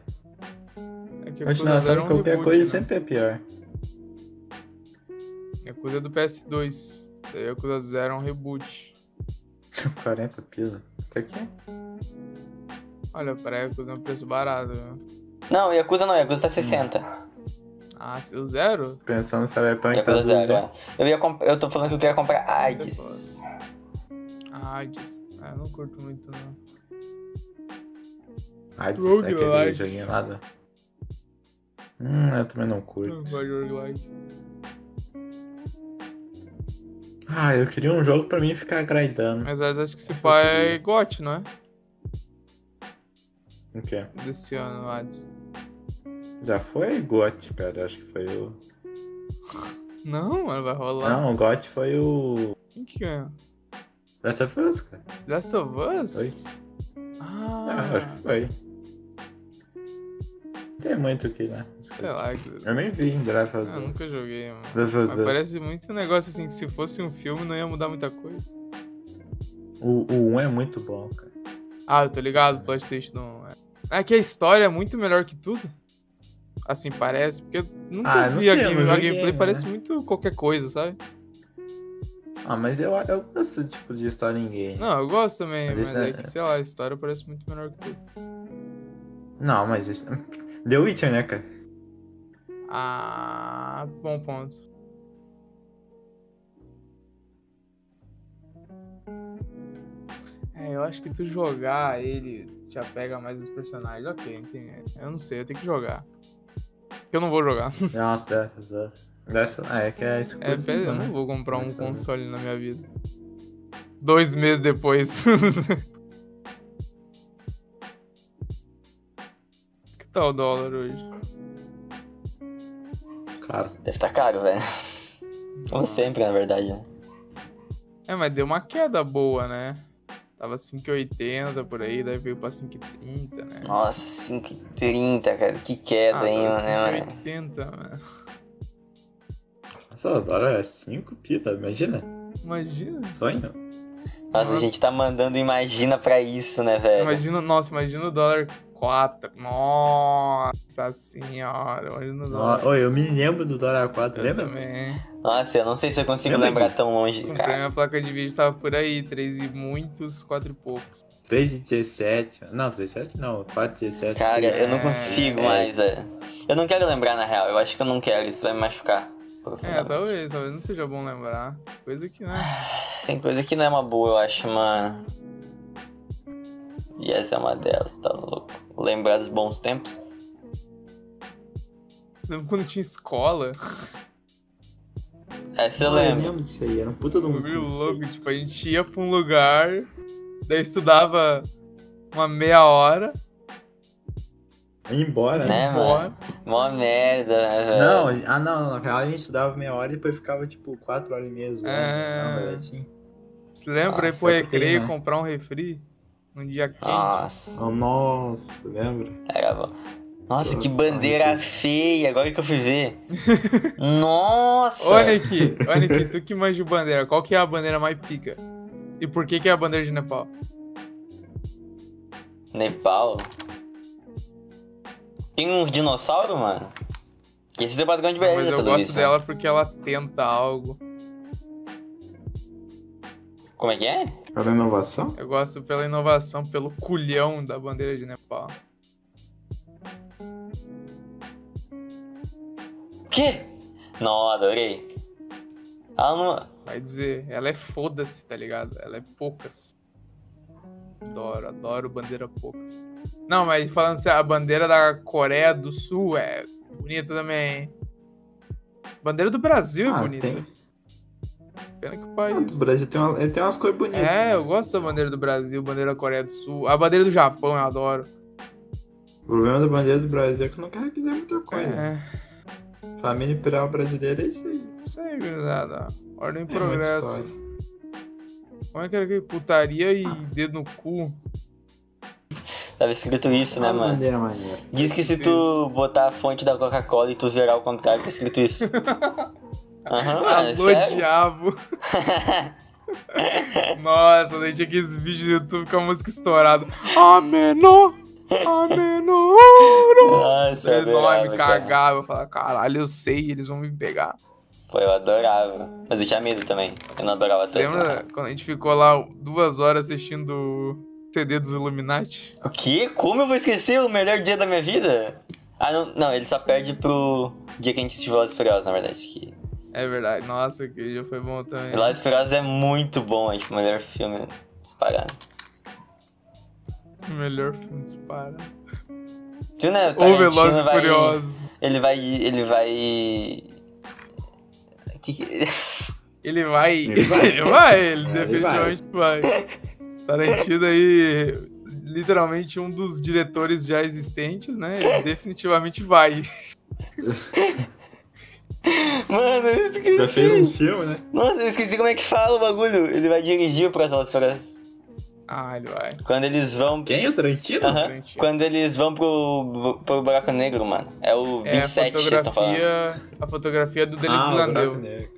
É que
A
a
continuação de qualquer
reboot,
coisa
né?
sempre é pior. (laughs)
A coisa é do PS2. Daí a coisa zero é um reboot.
40 pila. Tá aqui?
Olha, pra Yakuza é um preço barato. viu?
Não, Yakuza não, Yakuza tá 60.
Ah, seu zero?
Pensando no Cyberpunk tá
Yakuza zero, é.
duro,
Eu, ia comp... eu tô falando que eu queria comprar
60
AIDS.
Ah, diz. Ah, eu não curto muito, não.
Ah,
Roguelike.
isso é aquele joguinho lá do... Hum, eu também não
Não
curto.
gosto de roguelike.
Ah, eu queria um jogo pra mim ficar grindando.
Mas às vezes acho que esse
Acho que
pai
eu queria.
é GOT, não é?
O quê?
Desse ano, Hades.
Já foi GOT, cara. Acho que foi o...
Não, mano, vai rolar.
Não, o GOT foi o...
Quem que é?
Essa foi os, cara.
Last of Us?
Foi? É,
Ah,
Ah, acho que foi.
tem muito aqui, né?
Sei lá, cara.
Eu nem vi em Drive
É, Ah,
Azul.
nunca joguei, mano.
Drive
Mas
Azul.
parece muito um negócio assim, que se fosse um filme não ia mudar muita coisa.
O, o 1 é muito bom, cara.
Ah, eu tô ligado, o plot twist não é. É que a história é muito melhor que tudo. Assim parece, porque eu nunca
Ah, não
vi
sei,
a,
eu
game-
não
a
joguei
gameplay,
ainda, né?
parece muito qualquer coisa, sabe?
Ah, mas eu, eu gosto, tipo, de história em game.
Não, eu gosto também,
Mas
mas,
isso
é,
é-
que, sei lá, a história parece muito melhor que tudo.
Não, mas isso... (laughs) The Witcher, né,
(laughs)
cara?
Ah, bom ponto. É, eu acho que tu jogar ele já pega mais os personagens. Ok, entendi. Eu não sei, eu tenho que jogar. Eu não vou jogar.
Nossa, Drive Azul. Drive Azul- Ah, é que é isso que
É, pera, eu não
né?
vou comprar um
Mas tá bom.
console na minha vida. Dois meses depois. (laughs) que tal o dólar hoje?
Cara,
Deve estar caro, velho. (laughs) Como sempre, na verdade. né?
É, mas deu uma queda boa, né? Tava 5,80 por aí, daí veio pra 5,30, né?
Nossa, 5,30, cara. Que queda,
Ah,
hein,
tava
mano, né, mano?
5,80, mano.
essa hora é 5 pita, imagina.
Imagina.
Sonho.
Nossa, a
Nossa.
gente tá mandando imagina pra isso, né, velho?
Imagina, nossa, imagina o dólar 4. Nossa senhora, imagina o dólar.
Oi, eu me lembro do Dora 4,
Eu
lembra?
também.
Nossa, eu não sei se eu consigo
Eu lembro.
lembrar tão longe,
Comprei
cara.
minha placa de vídeo, tava por aí, 3 e muitos, 4 e poucos.
3 e 17. Não, 3 e 17 não. 4 e 17.
Cara, eu não
É,
consigo
é.
mais, velho. Eu não quero lembrar, na real. Eu acho que eu não quero. Isso vai me machucar.
É, talvez, talvez não seja bom lembrar. Coisa que, né?
Tem coisa que não é uma boa, eu acho, mano. E essa é uma delas, tá louco? Lembrar dos bons tempos?
Lembro quando tinha
(laughs)
escola,
Essa eu
Ah, eu
lembro.
lembro disso aí, era um puta de um
bagulho
conceito.
louco, tipo, a gente ia pra um lugar, daí estudava uma meia hora,
Ir embora, né?
Né,
embora.
mano? Mó merda, né, velho?
Não, ah não, na real a gente estudava meia hora e depois ficava tipo 4 horas e meia zoando.
É.
Não, era assim.
Se lembra aí
Nossa, é
pro
eu tenho,
recreio
né?
comprar um refri num dia quente?
Nossa,
Ah, Nossa, lembra?
era bom. Nossa, que
Ah,
bandeira
que-
feia, agora que eu
(laughs)
fui ver. Nossa!
Ô, Niki, ô, Niki, tu que manja de bandeira, qual que é a bandeira mais pica? E por que que é a bandeira de Nepal?
Nepal. Tem uns dinossauros, mano? Que esse é o padrão de
Não,
beleza,
mas eu
pelo
gosto
visto, né?
dela porque ela tenta algo.
Como é que é?
Era inovação?
Eu gosto pela inovação, pelo culhão da bandeira de Nepal.
O quê? Não, adorei. Ela não.
Vai dizer, ela é foda-se, tá ligado? Ela é poucas. Adoro, adoro bandeira poucas. Não, mas falando sério, a bandeira da Coreia do Sul é bonita também. hein? Bandeira do Brasil é
Ah,
bonita.
tem.
Pena que o
Ah, do
país.
Brasil tem, uma- tem umas cores bonitas. né?
É, eu gosto da bandeira do Brasil, bandeira da Coreia do Sul. A bandeira do Japão eu adoro.
O problema da bandeira do Brasil é que não quer dizer muita coisa.
É,
Família Imperial Brasileira é isso aí.
isso aí, gurizada. Ordem e
Tem muita
progresso.
É história. Ah.
Como é que era que putaria e dedo no cu?
Tava escrito isso, né,
As
mano?
bandeiras maneiras.
Diz que se tu botar a fonte da Coca-Cola e tu virar ao contrário, tá
(laughs)
escrito isso. Aham, mano, é
Alô,
sério? (laughs)
diabo. Nossa, daí tinha aqueles vídeos do YouTube com a música estourada. Ameno! Ameno!
Nossa, eu
Esse nome
adorava, né, cara.
cagava. Eu falava, caralho, eu sei, eles vão me pegar.
Pô, eu adorava. Mas eu tinha medo também. Eu não adorava
Você
tanto.
lembra
mano.
quando a gente ficou lá duas horas assistindo o CD dos Illuminati?
O quê? Como eu vou esquecer o melhor dia da minha vida? Ah, não, não, ele só perde pro dia que a gente assistiu Velozes e Furiosos, na verdade. Que...
É verdade. Nossa, que já foi bom também.
Velozes e Furiosos é muito bom, é tipo, o melhor filme disparado.
Melhor filme dispara.
Tu, né, o
Ou
Tarantino
Velozes e
vai...
Furiosos.
Ele vai... Ele vai... Que que-
Ele vai. Ele
Ele
vai, (laughs)
vai.
ele, vai,
Ele
definitivamente vai. Tarantino aí, literalmente um dos diretores já existentes, né? Ele definitivamente vai.
Mano, eu esqueci.
Já fez um filme, né?
Nossa, eu esqueci como é que fala o bagulho. Ele vai dirigir o próximo Las Vegas.
Ah, ele vai.
Quando eles vão.
Quem? O Tarantino?
Aham.
Tarantino.
Quando eles vão pro, pro buraco negro, mano. É o
É a
27 que vocês estão tá falando.
fotografia, a fotografia do Denis
Ah, o Buraco
Villeneuve.
Negro.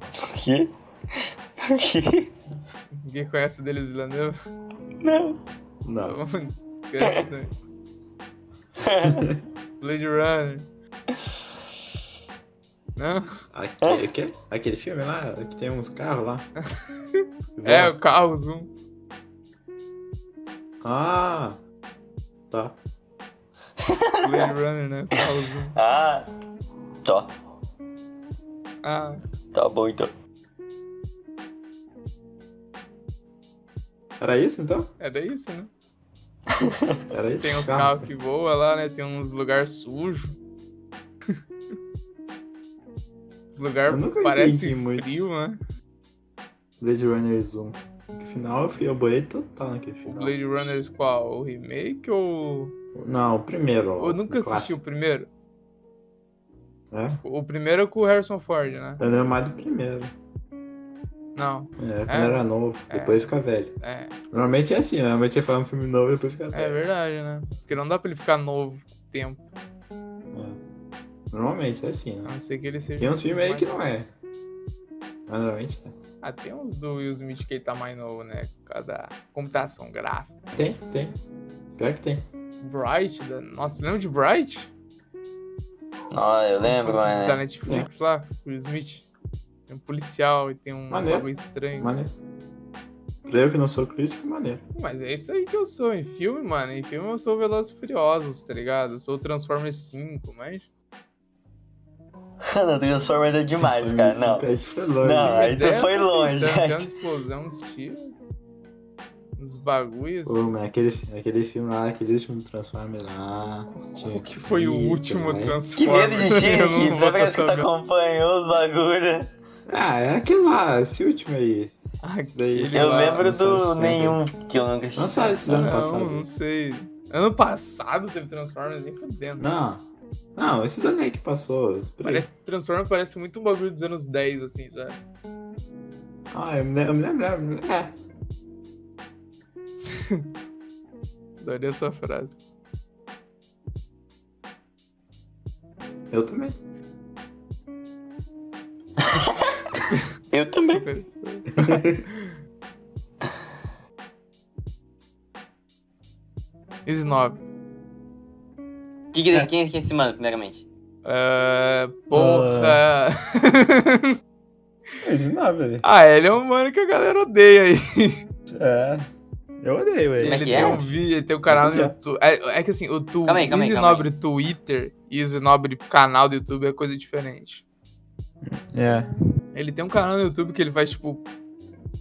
(laughs) O quê? O quê?
Ninguém conhece o Denis Villeneuve?
Não.
Não.
É? Conhece, né? Blade Runner. Não?
Aquele, que- aquele filme lá, que tem uns carros lá.
(laughs) É, o carro Zoom.
Ah! Tá.
Blade Runner, né? Carro Zoom.
Ah. Tá.
Ah,
Tá bom então.
Era isso então?
era isso, né?
Era isso?
Tem uns
Carros.
carros que voam lá, né? Tem uns lugares sujos. Os lugares
Eu nunca
parecem
entendi muito.
frio, né?
Blade Runner Zoom. No final eu fiquei eu boiei total naquele
O
final.
Blade Runner é qual? O remake ou.
Não, o primeiro. ó,
Eu nunca
o
assisti o
clássico,
primeiro.
né?
O primeiro é com o Harrison Ford, né?
Eu lembro mais do primeiro.
Não,
É, quando era novo,
É.
depois fica velho.
é,
Normalmente é assim, né? Normalmente ele faz um filme novo e depois fica
é
velho.
verdade, né? Porque não dá pra ele ficar novo com o tempo.
É. Normalmente é assim,
A
né?
não ser que ele seja.
Tem uns filmes aí
mais-
que não é. Mas normalmente é.
Ah, tem uns do Will Smith que ele tá mais novo, né? Por causa da computação gráfica.
Tem, tem. Pior que tem.
Bright, da... nossa, lembra de Bright?
Ah, eu lembro,
Da
mano.
Netflix
É.
lá, Will Smith. Tem um policial e tem um
Maneiro.
bagulho estranho.
Maneiro. Pra eu que não sou crítico, maneiro.
Mas é isso aí que eu sou em filme, mano. Em filme eu sou o Velozes e Furiosos, tá ligado? Eu sou o Transformers 5, mas...
Mano, Transformers é demais,
Isso
cara.
aí
Não.
foi longe.
Não, aí
Até,
tu Ah, então foi
assim,
longe. né?
Tem tem umas explosão, uns tiros. Uns bagulhos.
Pô, mas aquele, aquele filme lá, aquele último Transformer lá. tinha
O que foi o
ir
último
também.
Que
Transformers?
medo de
(laughs) Eu não
gente,
vou
parece que tá
saber.
tu acompanhou os bagulhos.
Ah, é aquele lá, esse último aí.
Aquele
Eu
Ah, lá.
lembro
não sei
do
se é.
nenhum que eu nunca assisti.
Não sabe se ano
não,
passado.
Não sei. Ano passado teve Transformers, nem fudendo.
Não. Não, esses anos aí que passou. por aí.
Parece, Transformers parece muito um bagulho dos anos 10, assim, sabe?
Ah, eu me lembro, eu me lembro, eu me lembro. É.
Daria essa frase. (laughs)
Eu também.
Eu também.
Snob.
Que que- Quem é que é esse mano, primeiramente?
Ah,
Ah.
porra.
Mas não, velho.
(laughs) Ah, ele é um mano que a galera odeia aí.
É. Eu odeio
Como é
ele.
Ele
que
tem
é?
um vídeo, ele tem um canal no
Como é
YouTube. É, é que assim, o, tu,
Calma aí, calma
o
aí, calma
Isinobre Twitter e o Isinobre canal do YouTube é coisa diferente.
É.
Ele tem um canal no YouTube que ele faz, tipo,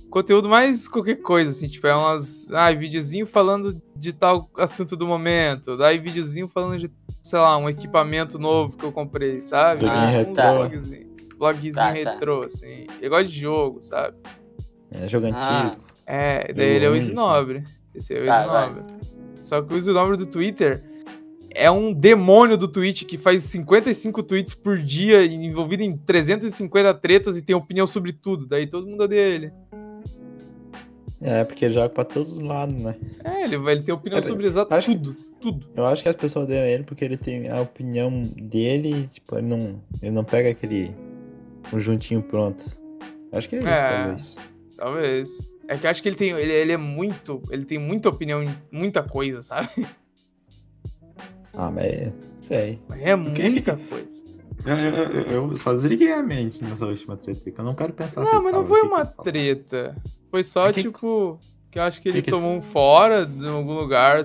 conteúdo mais qualquer coisa, assim, tipo, é umas. Ah, videozinho falando de tal assunto do momento. Daí videozinho falando de, sei lá, um equipamento novo que eu comprei, sabe?
Joguinho
É, tipo, uns
retrô.
vlogzinho- Vlogzinho
Tá, tá.
retrô, assim. Ele gosta de jogo, sabe?
É jogo
Ah,
É, daí
Eu
ele é o
amo isso.
Isinobre. Esse é o
Tá, vai.
Isinobre. Só que o Isinobre do Twitter é um demônio do Twitch que faz 55 tweets por dia, envolvido em 350 tretas e tem opinião sobre tudo. Daí todo mundo odeia ele.
É, porque ele joga pra todos os lados, né?
É, ele, vai- ele tem opinião
Cara,
sobre exato
acho que-
tudo. Tudo.
Eu acho que as pessoas odeiam ele porque ele tem a opinião dele, tipo, ele não, ele não pega aquele conjuntinho pronto. Acho que é isso,
É.
talvez.
Talvez. É que eu acho que ele tem. Ele, ele é muito. Ele tem muita opinião em muita coisa, sabe?
Ah, mas é- não sei.
É
que-
muita coisa.
Eu, eu- eu só desliguei a mente nessa última treta, porque eu não quero pensar
Não, Ah, mas não
tava,
foi
o que que
uma
eu falo?
treta. Foi só,
Mas que-
tipo. Que eu acho que ele
que que-
tomou um fora de algum lugar,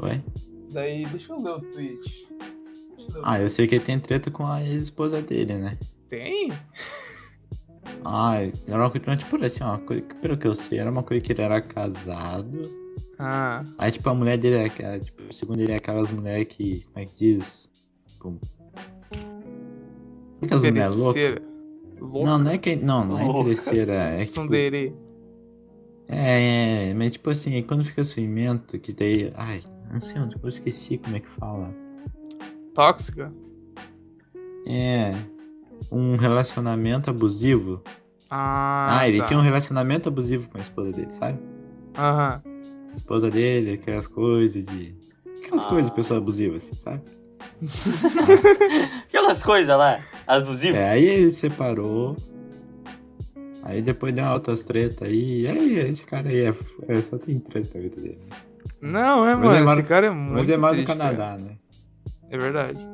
Oi?
Daí, deixa eu ler o tweet. Deixa eu ler o-
Ah, eu sei que ele tem treta com a ex-esposa dele, né?
Tem?
Ah, era uma coisa, tipo assim, ó, coisa que- pelo que eu sei, era uma coisa que ele era casado.
Ah,
Aí, tipo, a mulher dele era, aquela- tipo, segundo ele, é aquelas mulheres que, como é que diz? Tipo... Aquelas
é
mulheres loucas.
interesseira. Louca.
Não, não é que. Não, não é
Louca.
interesseira. É, tipo,
Tsundere.
é, é, mas tipo assim, quando fica sumimento, que daí. Ai, não sei onde, eu esqueci como é que fala.
Tóxica?
É. Um relacionamento abusivo.
Ah,
Ah, ele
tá.
tinha um relacionamento abusivo com a esposa dele, sabe?
Aham.
A esposa dele, aquelas coisas de. Aquelas
Ah.
coisas de pessoa abusiva, assim, sabe?
Aquelas coisas lá, abusivas.
É, aí ele separou. Aí depois deu altas treta aí. E aí, esse cara aí é, é- só tem treta na vida dele.
Não, é,
Mas
mano.
é mal-
esse cara é muito.
Mas é mal do
triste, cara.
Canadá, né?
É verdade.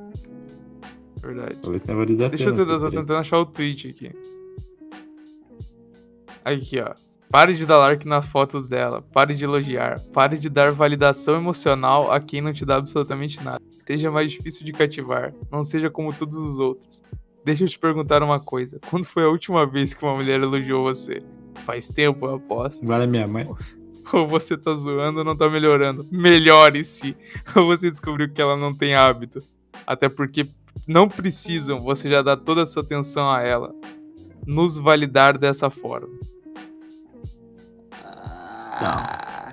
É verdade.
Talvez tenha valido a
Deixa eu
pena
tentar, tô
ter treta.
tentando achar o tweet aqui. Aqui, ó. Pare de dar like nas fotos dela. Pare de elogiar. Pare de dar validação emocional a quem não te dá absolutamente nada. Seja mais difícil de cativar. Não seja como todos os outros. Deixa eu te perguntar uma coisa. Quando foi a última vez que uma mulher elogiou você? Faz tempo, eu aposto.
Agora minha mãe.
(laughs) Ou você tá zoando ou não tá melhorando. Melhore-se. (laughs) Ou você descobriu que ela não tem hábito. Até porque não precisam, você já dá toda a sua atenção a ela. Nos validar dessa forma.
Ah,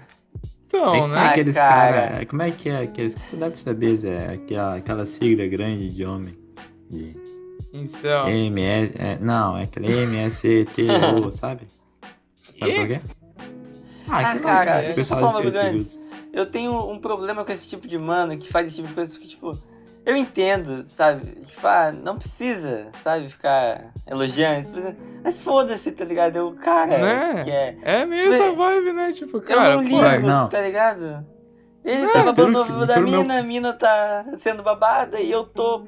Então,
É que tem
né?
Ai,
aqueles
cara.
caras. como é que é aqueles. Tu deve saber, Zé. Aquela, aquela sigla grande de homem. De
Incel.
MS. é, não, é aquele MSTO, sabe? Sabe qual que é?
Ah,
que não,
cara,
esse
eu
pessoal
só falo
escrito
antes. Eu tenho um problema com esse tipo de mano que faz esse tipo de coisa, porque, tipo, eu entendo, sabe? Tipo, ah, não precisa, sabe, ficar elogiando. por exemplo. Mas foda-se, tá ligado? Eu, cara,
Né?
que é.
É meio essa vibe, né? Tipo,
eu
cara,
não
pô,
ligo,
vai, não.
tá ligado? Ele
É,
tava
pelo
babando o
que-
ovo da
pelo meu-
mina, a mina tá sendo babada e eu tô.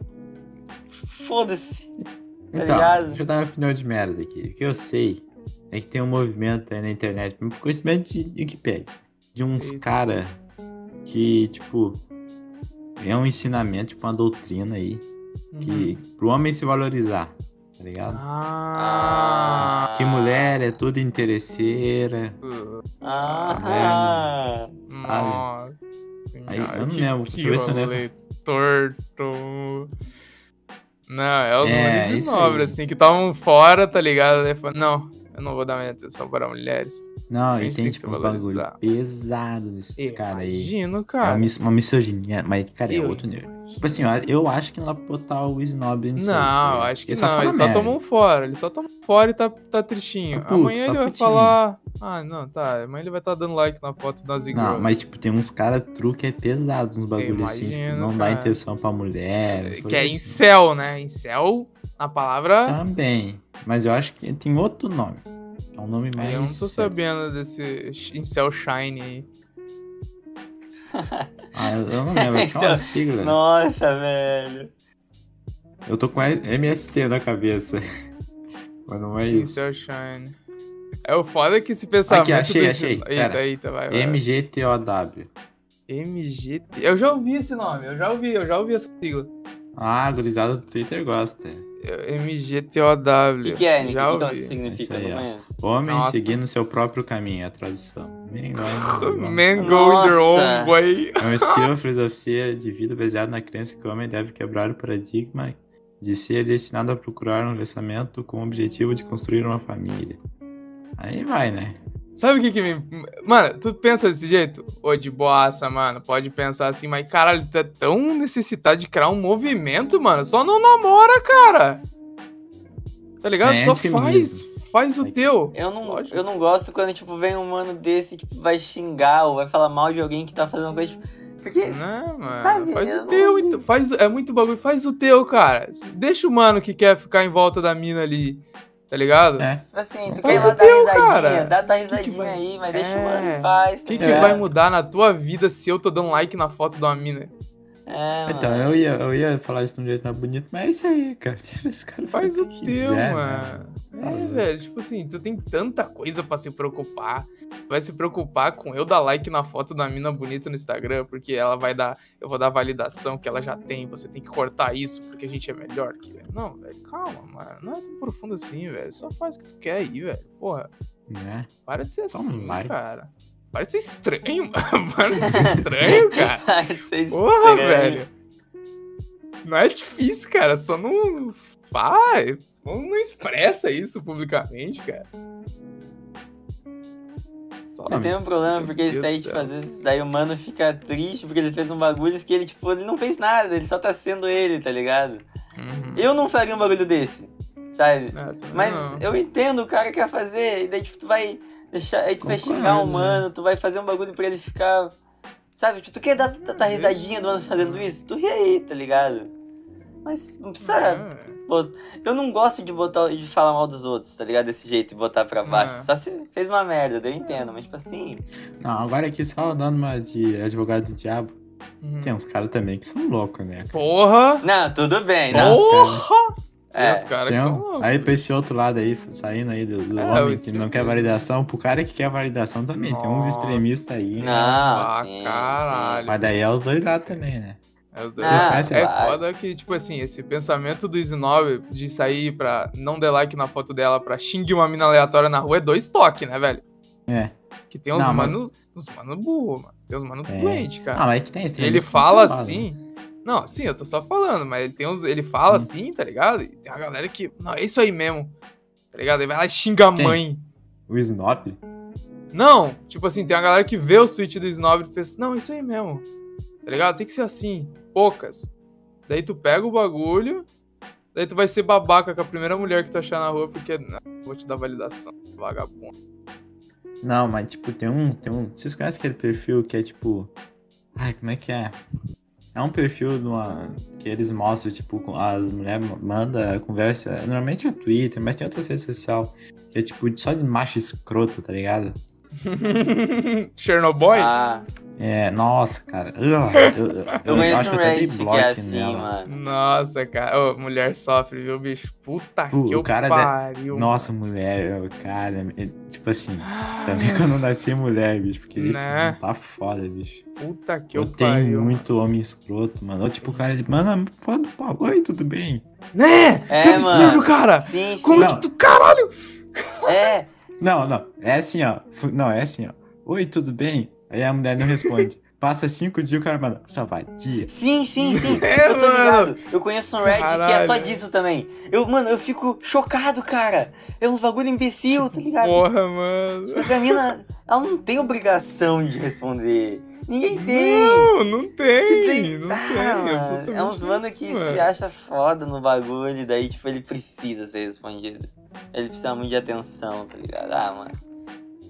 Foda-se. Tá
Então,
ligado?
deixa eu dar minha opinião de merda aqui. O que eu sei é que tem um movimento aí na internet, um conhecimento de Wikipedia, de uns
Eita.
cara que, tipo, é um ensinamento, tipo, uma doutrina aí, que
Uhum.
pro homem se valorizar, tá ligado?
Ah.
Que mulher é toda interesseira. Tá
Ah,
Nossa.
Aí, eu não
que,
lembro, né? deixa
Que
eu ver se eu lembro.
rolê torto. Não, é os
É,
mulheres
isso
nobres,
aí.
assim, que estavam fora, tá ligado? Aí fala, não, eu não vou dar minha atenção para mulheres.
Não,
A
e
gente
tem,
tem que se
tipo, um bagulho
valorizar.
pesado nesses caras aí.
Imagino,
É uma,
cara.
mis- uma misoginia, mas, cara, é
Eu
outro nível. Tipo assim, eu- eu acho que não dá pra botar o snob nisso. aí, tá
Não,
ligado?
acho que
Porque
não.
fala
Ele só
merda.
tomou um fora. Ele só tomou um fora e tá, tá tristinho.
Tá puto,
amanhã
tá
ele vai
putinho.
falar. Ah, não, tá. Amanhã ele vai estar dando like na foto da Ziggy.
Não, mas tipo, tem uns caras truque é pesados uns bagulho assim, tipo,
imagino,
não
cara.
dá intenção pra mulher.
que
coisa
é
assim.
incel, né? Incel, a
Tá,
palavra.
Também. Mas eu acho que tem outro nome. É um nome mais.
eu não tô sabendo desse incel shine aí.
Ah, eu, eu
(laughs)
não lembro, acho que é uma
Esse
sigla.
nossa, velho.
Eu tô com MST na cabeça. (laughs) Mas não é isso.
Incel shine. É o foda que esse pensamento.
Aqui, achei,
desse-
achei.
Eita,
Pera.
eita, vai, vai.
MGTOW.
MGT. Eu já ouvi esse nome, eu já ouvi, eu já ouvi essa sigla.
Ah, a gurizada do Twitter gosta.
Eu-
O
MGTOW.
que, que é, Nick?
Já
O que, que ela
ouvi.
significa?
Isso
Eu
aí,
não
ó.
conheço.
Homem
Nossa.
seguindo seu próprio caminho, é a tradução.
(laughs)
Nem gosto, não gosto.
Man go your
Nossa.
own way.
É um estilo filosofia de vida baseado na crença que o homem deve quebrar o paradigma de ser destinado a procurar um relacionamento com o objetivo de construir uma família. Aí vai, né?
Sabe o que que me. Mano, tu pensa desse jeito? Ô, de boaça, mano. Pode pensar assim, mas caralho, tu é tão necessitado de criar um movimento, mano. Só não namora, cara. Tá ligado?
É
Só faz.
antifeminismo.
Faz o
É que-
teu.
Eu não,
Lógico.
eu não gosto quando, tipo, vem um mano desse e tipo, vai xingar ou vai falar mal de alguém que tá fazendo uma coisa, tipo... Porque... (laughs)
Não, mano.
Sabe,
faz
eu
o
não-
teu. então, Faz, o- é muito bagulho. Faz o teu, cara. Deixa o mano que quer ficar em volta da mina ali. Tá ligado?
É.
Tipo assim, tu quer ir
Faz
lá
o
dar
teu,
risadinha,
cara.
dá tua
que
risadinha
vai-
aí, mas deixa o
É.
mano em paz.
O
tá
que, que
ligado?
vai mudar na tua vida se eu tô dando like na foto de uma mina?
É, mano.
Então, eu ia, eu ia falar isso de um jeito mais bonito, mas é isso aí, cara. (laughs) Deixa os caras
Faz o
fazerem
teu,
quiser, né?
mano.
Tá
É,
louco.
velho, tipo assim, tu tem tanta coisa pra se preocupar. Vai se preocupar com eu dar like na foto da mina bonita no Instagram, porque ela vai dar, eu vou dar validação que ela já tem, você tem que cortar isso porque a gente é melhor que. Não, velho, calma, mano. Não é tão profundo assim, velho. Só faz o que tu quer aí, velho. Porra,
Né?
para de ser
Toma um
assim,
like.
cara. Para de ser estranho, (laughs) mano. Para de ser (laughs) estranho, cara.
(laughs) Vai ser
Porra,
estranho.
velho. Não é difícil, cara. Só não. Vai. Não não expressa isso publicamente, cara. Só
Eu
Não,
tenho um problema,
Meu
porque isso
Deus
aí,
do
tipo,
céu.
às vezes, daí o mano fica triste porque ele fez um bagulho que ele, tipo, ele não fez nada, ele só tá sendo ele, tá ligado?
Uhum.
Eu não faria um bagulho desse, sabe?
Ah, também
Mas
não.
eu entendo o cara quer fazer, e daí tipo, tu vai deixar. Aí tu vai
Concordo,
xingar um
né?
mano, tu vai fazer um bagulho pra ele ficar. Sabe, tipo, tu quer dar tu-
Uhum.
tá risadinha do mano fazendo isso? Tu ri aí, tá ligado? Mas não
Uhum.
precisa.
É.
bot- Eu não gosto de botar de falar mal dos outros, tá ligado? Desse jeito e botar pra baixo.
Uhum.
É.
Só se fez uma merda, daí eu entendo, mas tipo assim.
Não, agora aqui só dando uma de advogado do diabo.
Uhum.
Tem uns caras também que são loucos, né? cara?
Porra!
Não, tudo bem, não.
Porra!
É.
Tem os caras
Tem
que
um-
são loucos.
Aí pra esse outro lado aí, saindo aí do, do
É,
homem
os-
que não quer validação, pro cara que quer validação também. Tem uns
Nossa.
extremistas aí, né?
Não,
Ah,
sim,
caralho.
Mas daí é os dois lados também, né?
É, os dois.
Ah,
conhecem?
é
vai.
foda que, tipo assim, esse pensamento do Isinobre de sair pra não der like na foto dela pra xingue uma mina aleatória na rua é dois toques, né, velho?
É.
Que tem uns
Não, mas-
mano. Uns mano burro, mano. Tem uns mano
É.
doente,
Ah,
cara.
mas é que tem
e
extremismo.
ele fala
controlado, né?
assim. Não, sim, eu tô só falando, mas ele tem uns. Ele fala
Hum.
assim, tá ligado? E tem uma galera que. Não, é isso aí mesmo. Tá ligado? Ele vai lá e xinga a
Quem?
mãe.
O Snob?
Não, tipo assim, tem uma galera que vê o tweet do Snob e pensa, não, é isso aí mesmo. Tá ligado? Tem que ser assim, poucas. Daí tu pega o bagulho, daí tu vai ser babaca com a primeira mulher que tu achar na rua, porque não, vou te dar validação, vagabundo.
Não, mas tipo, tem um, tem um. Vocês conhecem aquele perfil que é tipo. Ai, como é que é? É um perfil de uma- que eles mostram, tipo, com- as mulheres mandam conversa. Normalmente é Twitter, mas tem outras redes sociais. Que é tipo só de macho escroto, tá ligado?
Chernobyl?
Ah,
É, nossa, cara. Ugh, Eu, eu,
eu
eu
conheço
acho
um
que eu até dei
Reddit que é
bloco
assim,
nela.
mano.
Nossa, cara. Ô, mulher sofre, viu, bicho? Puta
Pô,
que
o
eu
cara de-
pariu.
Nossa, mulher, eu- cara. é- Tipo assim,
mano.
também quando eu nasci mulher, bicho, porque isso
Né?
não tá foda, bicho.
Puta que
eu
eu
tenho
pariu.
muito homem escroto, mano. Eu, tipo, o cara, ele, mano, foda do pau. Oi, tudo bem?
mano. Né?
É,
que absurdo,
mano.
cara!
Sim, sim.
Como
Não.
que tu. Caralho!
É,
Não, não. É assim, ó. Fu- Não, é assim, ó. Oi, tudo bem? Aí a mulher não
(laughs)
responde. Passa cinco dias, o cara manda, só vai, dia.
Sim, sim,
(laughs)
sim.
É,
eu tô
mano.
ligado. Eu conheço um Red que é só
Caralho.
disso também. Eu, mano, eu fico chocado, cara. É uns bagulho imbecil, tá ligado?
Porra, mano.
Mas a mina, ela não tem obrigação de responder. Ninguém tem.
Não, não tem.
Tem-
Não
Ah,
tem,
mano,
absolutamente.
é uns mano que
não,
se
mano.
acha foda no bagulho, e daí, tipo, ele precisa ser respondido. Ele precisa muito de atenção, tá ligado? Ah, mano.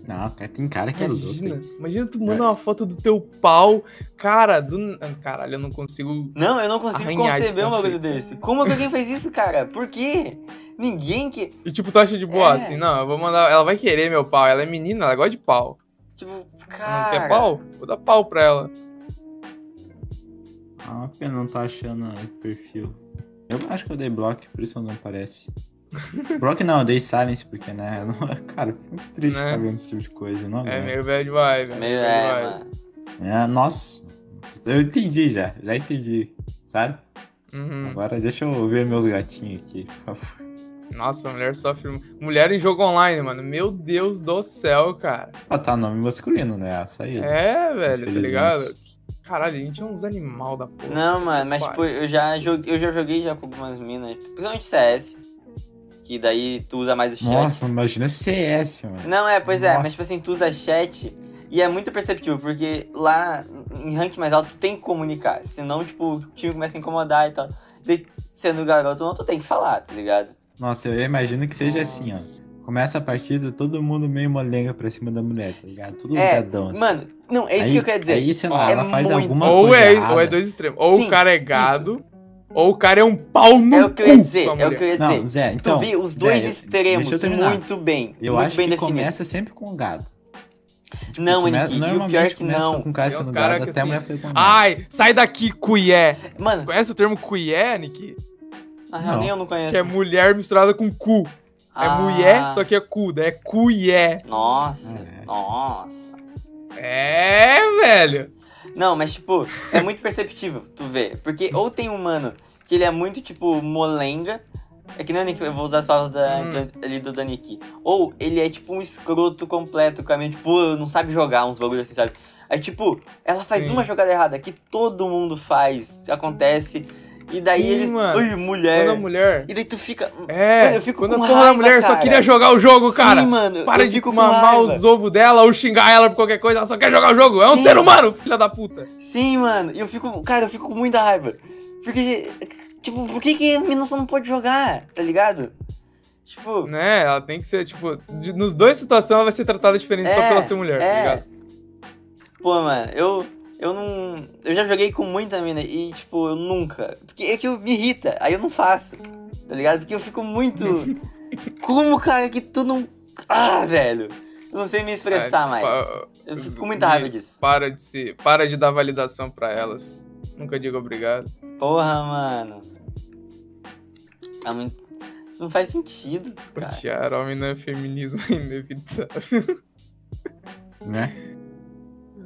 Não, cara, tem cara que é louco.
Imagina,
hein? É.
imagina tu manda uma foto do teu pau, cara, do. ah, Caralho, eu não consigo.
Não, eu não consigo
Arranhar esse
conceber um bagulho
conceito.
desse. Como que alguém faz isso, cara? Por quê? Ninguém que.
E tipo, tu acha de boa
É.
assim, não, eu vou mandar. Ela vai querer meu pau, ela é menina, ela gosta de pau.
Tipo,
Ela Não
cara.
quer pau? Vou dar pau pra ela.
Ah, uma pena não tá achando o perfil. Eu acho que eu dei bloco, por isso não aparece. bloco não, eu dei silence, porque, né? eu não- (laughs) cara, eu fico muito triste
Né?
ficar vendo esse tipo de coisa, não
É
aguento.
meio bad vibe.
Meio
bad
é,
vibe.
mano.
É, nossa, eu entendi já, já entendi, sabe?
Hum.
Uhum.
Agora deixa eu ver meus gatinhos aqui, por favor.
Nossa, mulher sofre. Mulher em jogo online, mano. Meu Deus do céu, cara.
Botar nome masculino, né? Açaí.
É, velho, tá
Infelizmente.
ligado? Caralho, a gente é uns animal da porra.
Não, mano, mas
Vai.
tipo, eu já joguei, eu já joguei já com algumas minas, principalmente CS, que daí tu usa mais o chat.
Nossa, imagina CS, mano.
Não, é, pois é,
Nossa.
mas tipo assim, tu usa chat e é muito perceptível, porque lá em rank mais alto tu tem que comunicar, senão tipo, o time começa a incomodar e tal. E sendo garoto, não, tu tem que falar, tá ligado?
Nossa, eu imagino que seja assim, ó.
Nossa.
Começa a partida, todo mundo meio molenga pra cima da mulher, tá ligado? Tudo
É,
gadão, assim.
Mano, não, é isso que eu quero dizer.
Aí, sei lá,
É
ela faz
muito-
alguma
Ou
coisa
é,
errada.
ou é dois extremos. Ou
Sim,
o cara é gado, ou o cara é um pau no
é o que eu ia
cu
dizer,
pra
é o
mulher.
que eu ia dizer.
Não, Zé,
tu
então...
vê os
Zé,
dois
eu-
extremos
deixa eu terminar.
muito bem,
Eu
muito
acho
bem
que
definido.
começa sempre com o gado. Tipo,
não,
come-
Henrique, e o
normalmente
pior é que
começa
não.
com o cara
Tem uns
sendo
cara
gado,
que
até a mulher
assim,
fica com um
Ah,
gado.
Ai, sai daqui, cuié.
Mano,
Conhece o termo cuié, Nick?
na real
Não.
nem eu não conheço. Ah.
Que é mulher misturada com cu. É mulher, só que é cu, daí é cuié.
Nossa,
É.
nossa.
É, velho.
Não, mas tipo, é muito perceptível, tu vê. Porque ou tem um mano que ele é muito, tipo, molenga. É que nem o Nick, eu vou usar as palavras da,
Hum.
do- ali do Daniki. Ou ele é tipo um escroto completo, com a mente, tipo, não sabe jogar uns bagulho assim, sabe? Aí, tipo, ela faz
Sim.
uma jogada errada que todo mundo faz, acontece. E daí
Sim,
eles.
mano.
Ui, mulher.
Quando a mulher.
E daí tu fica.
É,
Mano, eu fico
quando
com
a porra da
raiva,
mulher só
cara.
queria jogar o jogo, cara.
Sim, mano.
Para
eu
de
fico com
mamar
raiva.
os ovos dela ou xingar ela por qualquer coisa, ela só quer jogar o jogo. É um
Sim.
ser humano, filha da puta.
Sim, mano. E eu fico. Cara, eu fico com muita raiva. Porque. Tipo, por que, que a mina só não pode jogar? Tá ligado? Tipo,
Né? Ela tem que ser, tipo, de- nos dois situações ela vai ser tratada diferente só
É,
pela ser mulher, tá
é.
ligado?
Pô, mano, eu. Eu não. Eu já joguei com muita mina e, tipo, eu nunca. Porque é que eu- me irrita, aí eu não faço. Tá ligado? Porque eu fico
(laughs)
muito. Como, cara, que tu não. Ah, velho! Eu não sei me expressar
É,
mais.
pa-
Eu fico com muita raiva
e-
disso.
Para de se. Para de dar validação pra elas. Nunca digo obrigado.
Porra, mano. É muito. Não faz sentido, cara.
Odiar homem não é feminismo (laughs) é inevitável.
Né?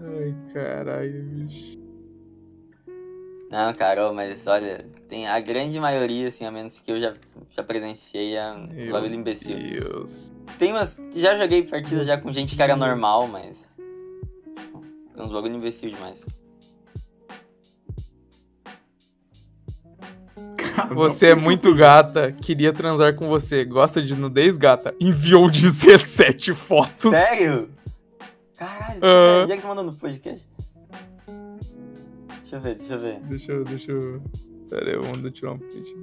Ai, caralho, bicho.
Não, cara, ô, mas olha, tem a grande maioria, assim, a menos que eu já, já presenciei, é um
Meu
bagulho imbecil.
Deus.
Tem umas. Já joguei partidas já com gente que era normal, mas. É uns bagulho imbecil demais.
Você é muito gata. Queria transar com você. Gosta de nudez, gata? Enviou 17 fotos.
Sério? Caralho,
Ah.
onde é que tu mandou no podcast? Deixa eu ver, deixa eu ver.
Deixa eu, deixa eu. Pera aí, eu mando tirar um print.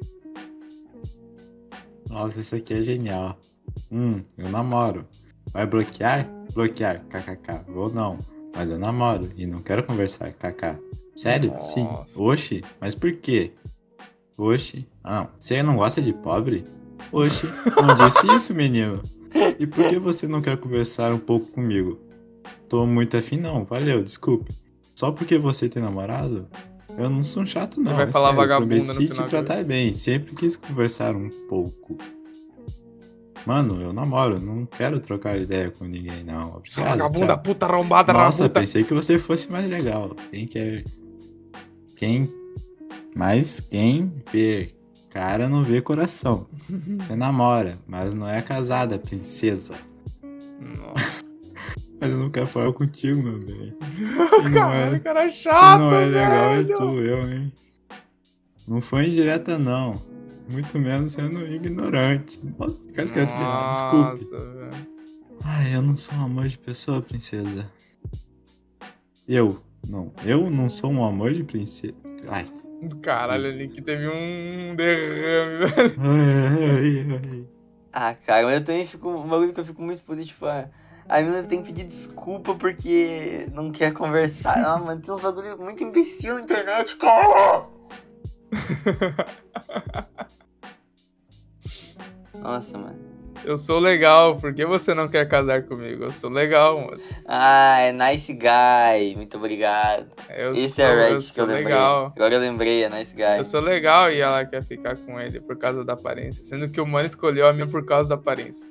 Nossa, isso aqui é genial. Hum, eu namoro. Vai bloquear? Bloquear, kkk. Ou não. Mas eu namoro e não quero conversar, kkk. Sério? Sim.
Nossa.
Oxi, mas por quê? Oxi. Ah, não. Você não gosta de pobre? Oxi, não disse isso, menino. E por que você não quer conversar um pouco comigo? Tô muito afim, não. Valeu, desculpe. Só porque você tem namorado? Eu não sou chato, não.
Ele vai
é
falar
sério, eu
vagabunda no
prometi
final,
te tratar bem. Sempre quis conversar um pouco. Mano, eu namoro. Não quero trocar ideia com ninguém, não.
Essa
Obrigado,
é vagabunda,
tchau.
puta arrombada,
tá? Nossa,
rabuta.
pensei que você fosse mais legal. Quem quer. Quem. Mas quem vê cara não vê
(laughs)
coração. Você namora, mas não é casada, princesa.
Nossa,
Mas eu não quero falar contigo, meu bem. Quem não é,
caralho,
quem
cara chato,
não é legal é
velho.
tu, eu, hein? Não foi indireta, não. Muito menos sendo ignorante. Nossa, quase que eu te pegar. né? Desculpe.
Nossa, velho.
Ai, eu não sou um amor de pessoa, princesa. Eu, não. Eu não sou um amor de princesa. Ai.
Caralho,
Isso.
ali que teve um derrame, velho.
Ai, ai, ai.
Ah, cara, mas eu também fico. Um bagulho que eu fico muito puto, tipo, a, a mina tem que pedir desculpa porque não quer conversar.
(laughs)
Ah, mano, tem uns bagulho muito imbecil na internet,
(laughs)
cara! Nossa, mano.
Eu sou legal, por que você não quer casar comigo? Eu sou legal, moço.
Ah, é nice guy, muito obrigado.
Eu
Esse
sou,
é o
eu
Red que eu
sou
lembrei.
legal.
Agora eu lembrei, é nice guy.
Eu sou legal e ela quer ficar com ele por causa da aparência. Sendo que o mano escolheu a minha por causa da aparência.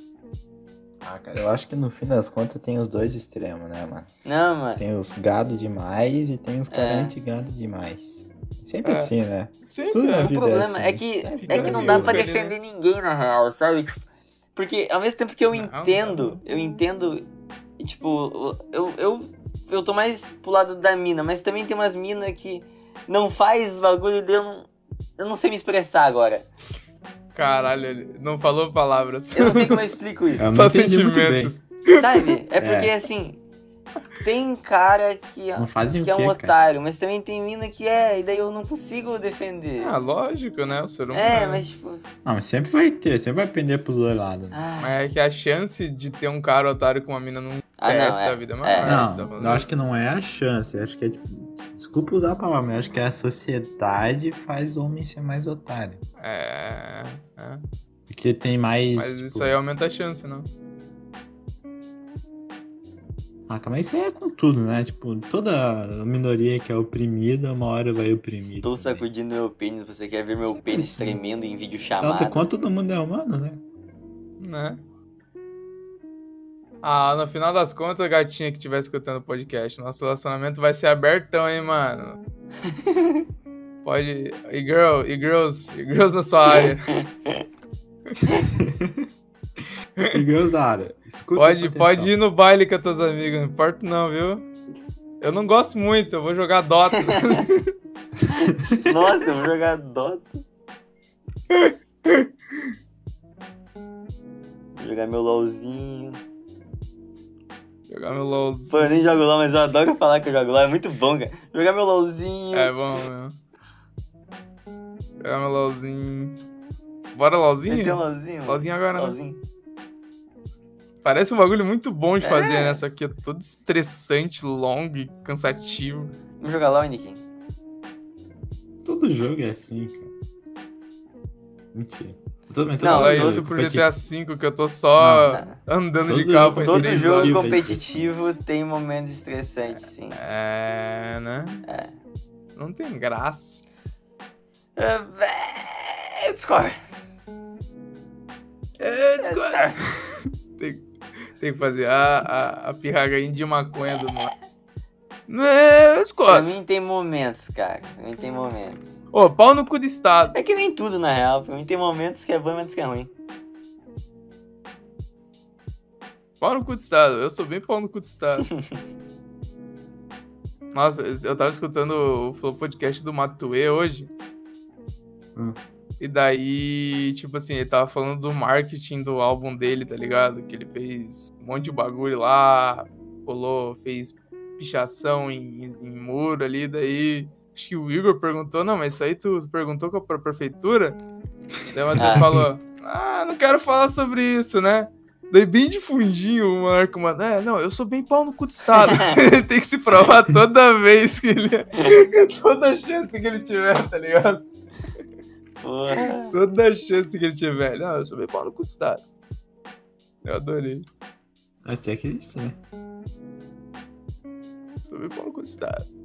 Ah, cara, eu acho que no fim das contas tem os dois extremos, né, mano?
Não, mano.
Tem os gado demais e tem os
É.
caras anti-gado demais. Sempre
É.
assim, né?
Sim,
Tudo na
cara.
O
vida
problema
é
é
assim.
que,
Sempre
é que não dá pra
Ele, né?
defender ninguém, na real, sabe? Porque ao mesmo tempo que eu
Não,
entendo, eu entendo, tipo, eu, eu, eu tô mais pro lado da mina, mas também tem umas minas que não faz bagulho de eu não, eu não sei me expressar agora.
Caralho, ele não falou palavras.
Eu não
(laughs)
sei como eu explico isso.
(laughs) Eu não
Só
entendi muito
sentimentos.
Sabe? É porque assim, tem cara que,
Não fazem o
que
quê,
é um
cara?
otário, mas também tem mina que é, e daí eu não consigo defender.
Ah, lógico, né? O ser humano.
é, mas tipo.
Não, mas sempre vai ter. Sempre vai pender pros dois lados. né?
Ah,
Mas é que a chance de ter um cara otário com uma mina num
ah,
PS
não.
da
É,
vida é
é.
maior. tá
Não,
falando?
eu acho que não é a chance. eu Acho que é tipo. Desculpa usar a palavra, mas eu acho que é a sociedade faz o homem ser mais otário.
É. é.
Porque tem mais.
Mas
tipo,
isso aí é aumenta a chance, não?
Ah, cara, mas isso aí é com tudo, né? Tipo, toda minoria que é oprimida, uma hora vai oprimir.
Estou
também.
sacudindo meu pênis, você quer ver meu
Sempre
pênis
assim.
tremendo em vídeo
Afinal de
chamado?
contas, todo mundo é humano, né?
Né? Ah, no final das contas, gatinha que estiver escutando o podcast, nosso relacionamento vai ser abertão, hein, mano? Pode. E girl, e girls, e girls na sua área.
E girls da área. Escuta
Pode,
com
pode
atenção.
ir no baile com as tuas amigas, não importa não, viu? Eu não gosto muito, eu vou jogar Dota.
(laughs) Nossa, eu vou jogar Dota. Vou jogar meu LOLzinho.
jogar meu LOL.
Pô, eu nem jogo LOL, mas eu adoro falar que eu jogo LOL, é muito bom, cara. Vou Jogar meu LOLzinho.
É bom mesmo. Jogar meu LOLzinho. Bora
Meteu
LOLzinho?
um LOLzinho, mano.
LOLzinho agora, né?
LOLzinho.
Parece um bagulho muito bom de fazer, né? Só que é todo estressante, longo e cansativo.
Vamos jogar LOL, Niquim.
Todo jogo é assim, cara. Mentira. Todo, mas todo
Não,
Não,
jogo
é
todo-
isso pro
competitivo.
GTA V que eu tô só andando de
Todo
carro
jogo- todo
faz
Tá. Todo
três
jogo
horas.
jogo é
competitivo tem momentos estressantes, sim.
É, né? Não tem graça.
É, vé- Eu discordo.
É,
eu
desculpa.
discordo.
Tem que fazer a, a, a pirragainha de maconha do norte. É, eu
Pra
discordo.
mim tem momentos, cara. Pra mim tem momentos.
Ô, pau no cu do Estado.
É que nem tudo, na real. Pra mim tem momentos que é bom e momentos que é ruim.
Pau no cu do Estado. Eu sou bem pau no cu do
(laughs)
Estado. Nossa, eu tava escutando o Flow Podcast do Matue hoje.
Hum.
E daí, tipo assim, ele tava falando do marketing do álbum dele, tá ligado? Que ele fez um monte de bagulho lá, colou, fez pichação em, em muro ali, daí. Acho que o Igor perguntou, não, mas isso aí tu perguntou com a pre- prefeitura? Daí o Matheus
Ah.
falou, ah, não quero falar sobre isso, né? Daí bem de fundinho o Marco, mano, é, não, eu sou bem pau no cu do Estado. ele tem que se provar toda vez que ele... (laughs) toda chance que ele tiver, tá ligado?
Porra.
Toda a chance que ele tiver. Não, eu sou bem pau no cu do Estado. Eu adorei.
Ah, checklist, né?
Sou bem pau no cu do Estado.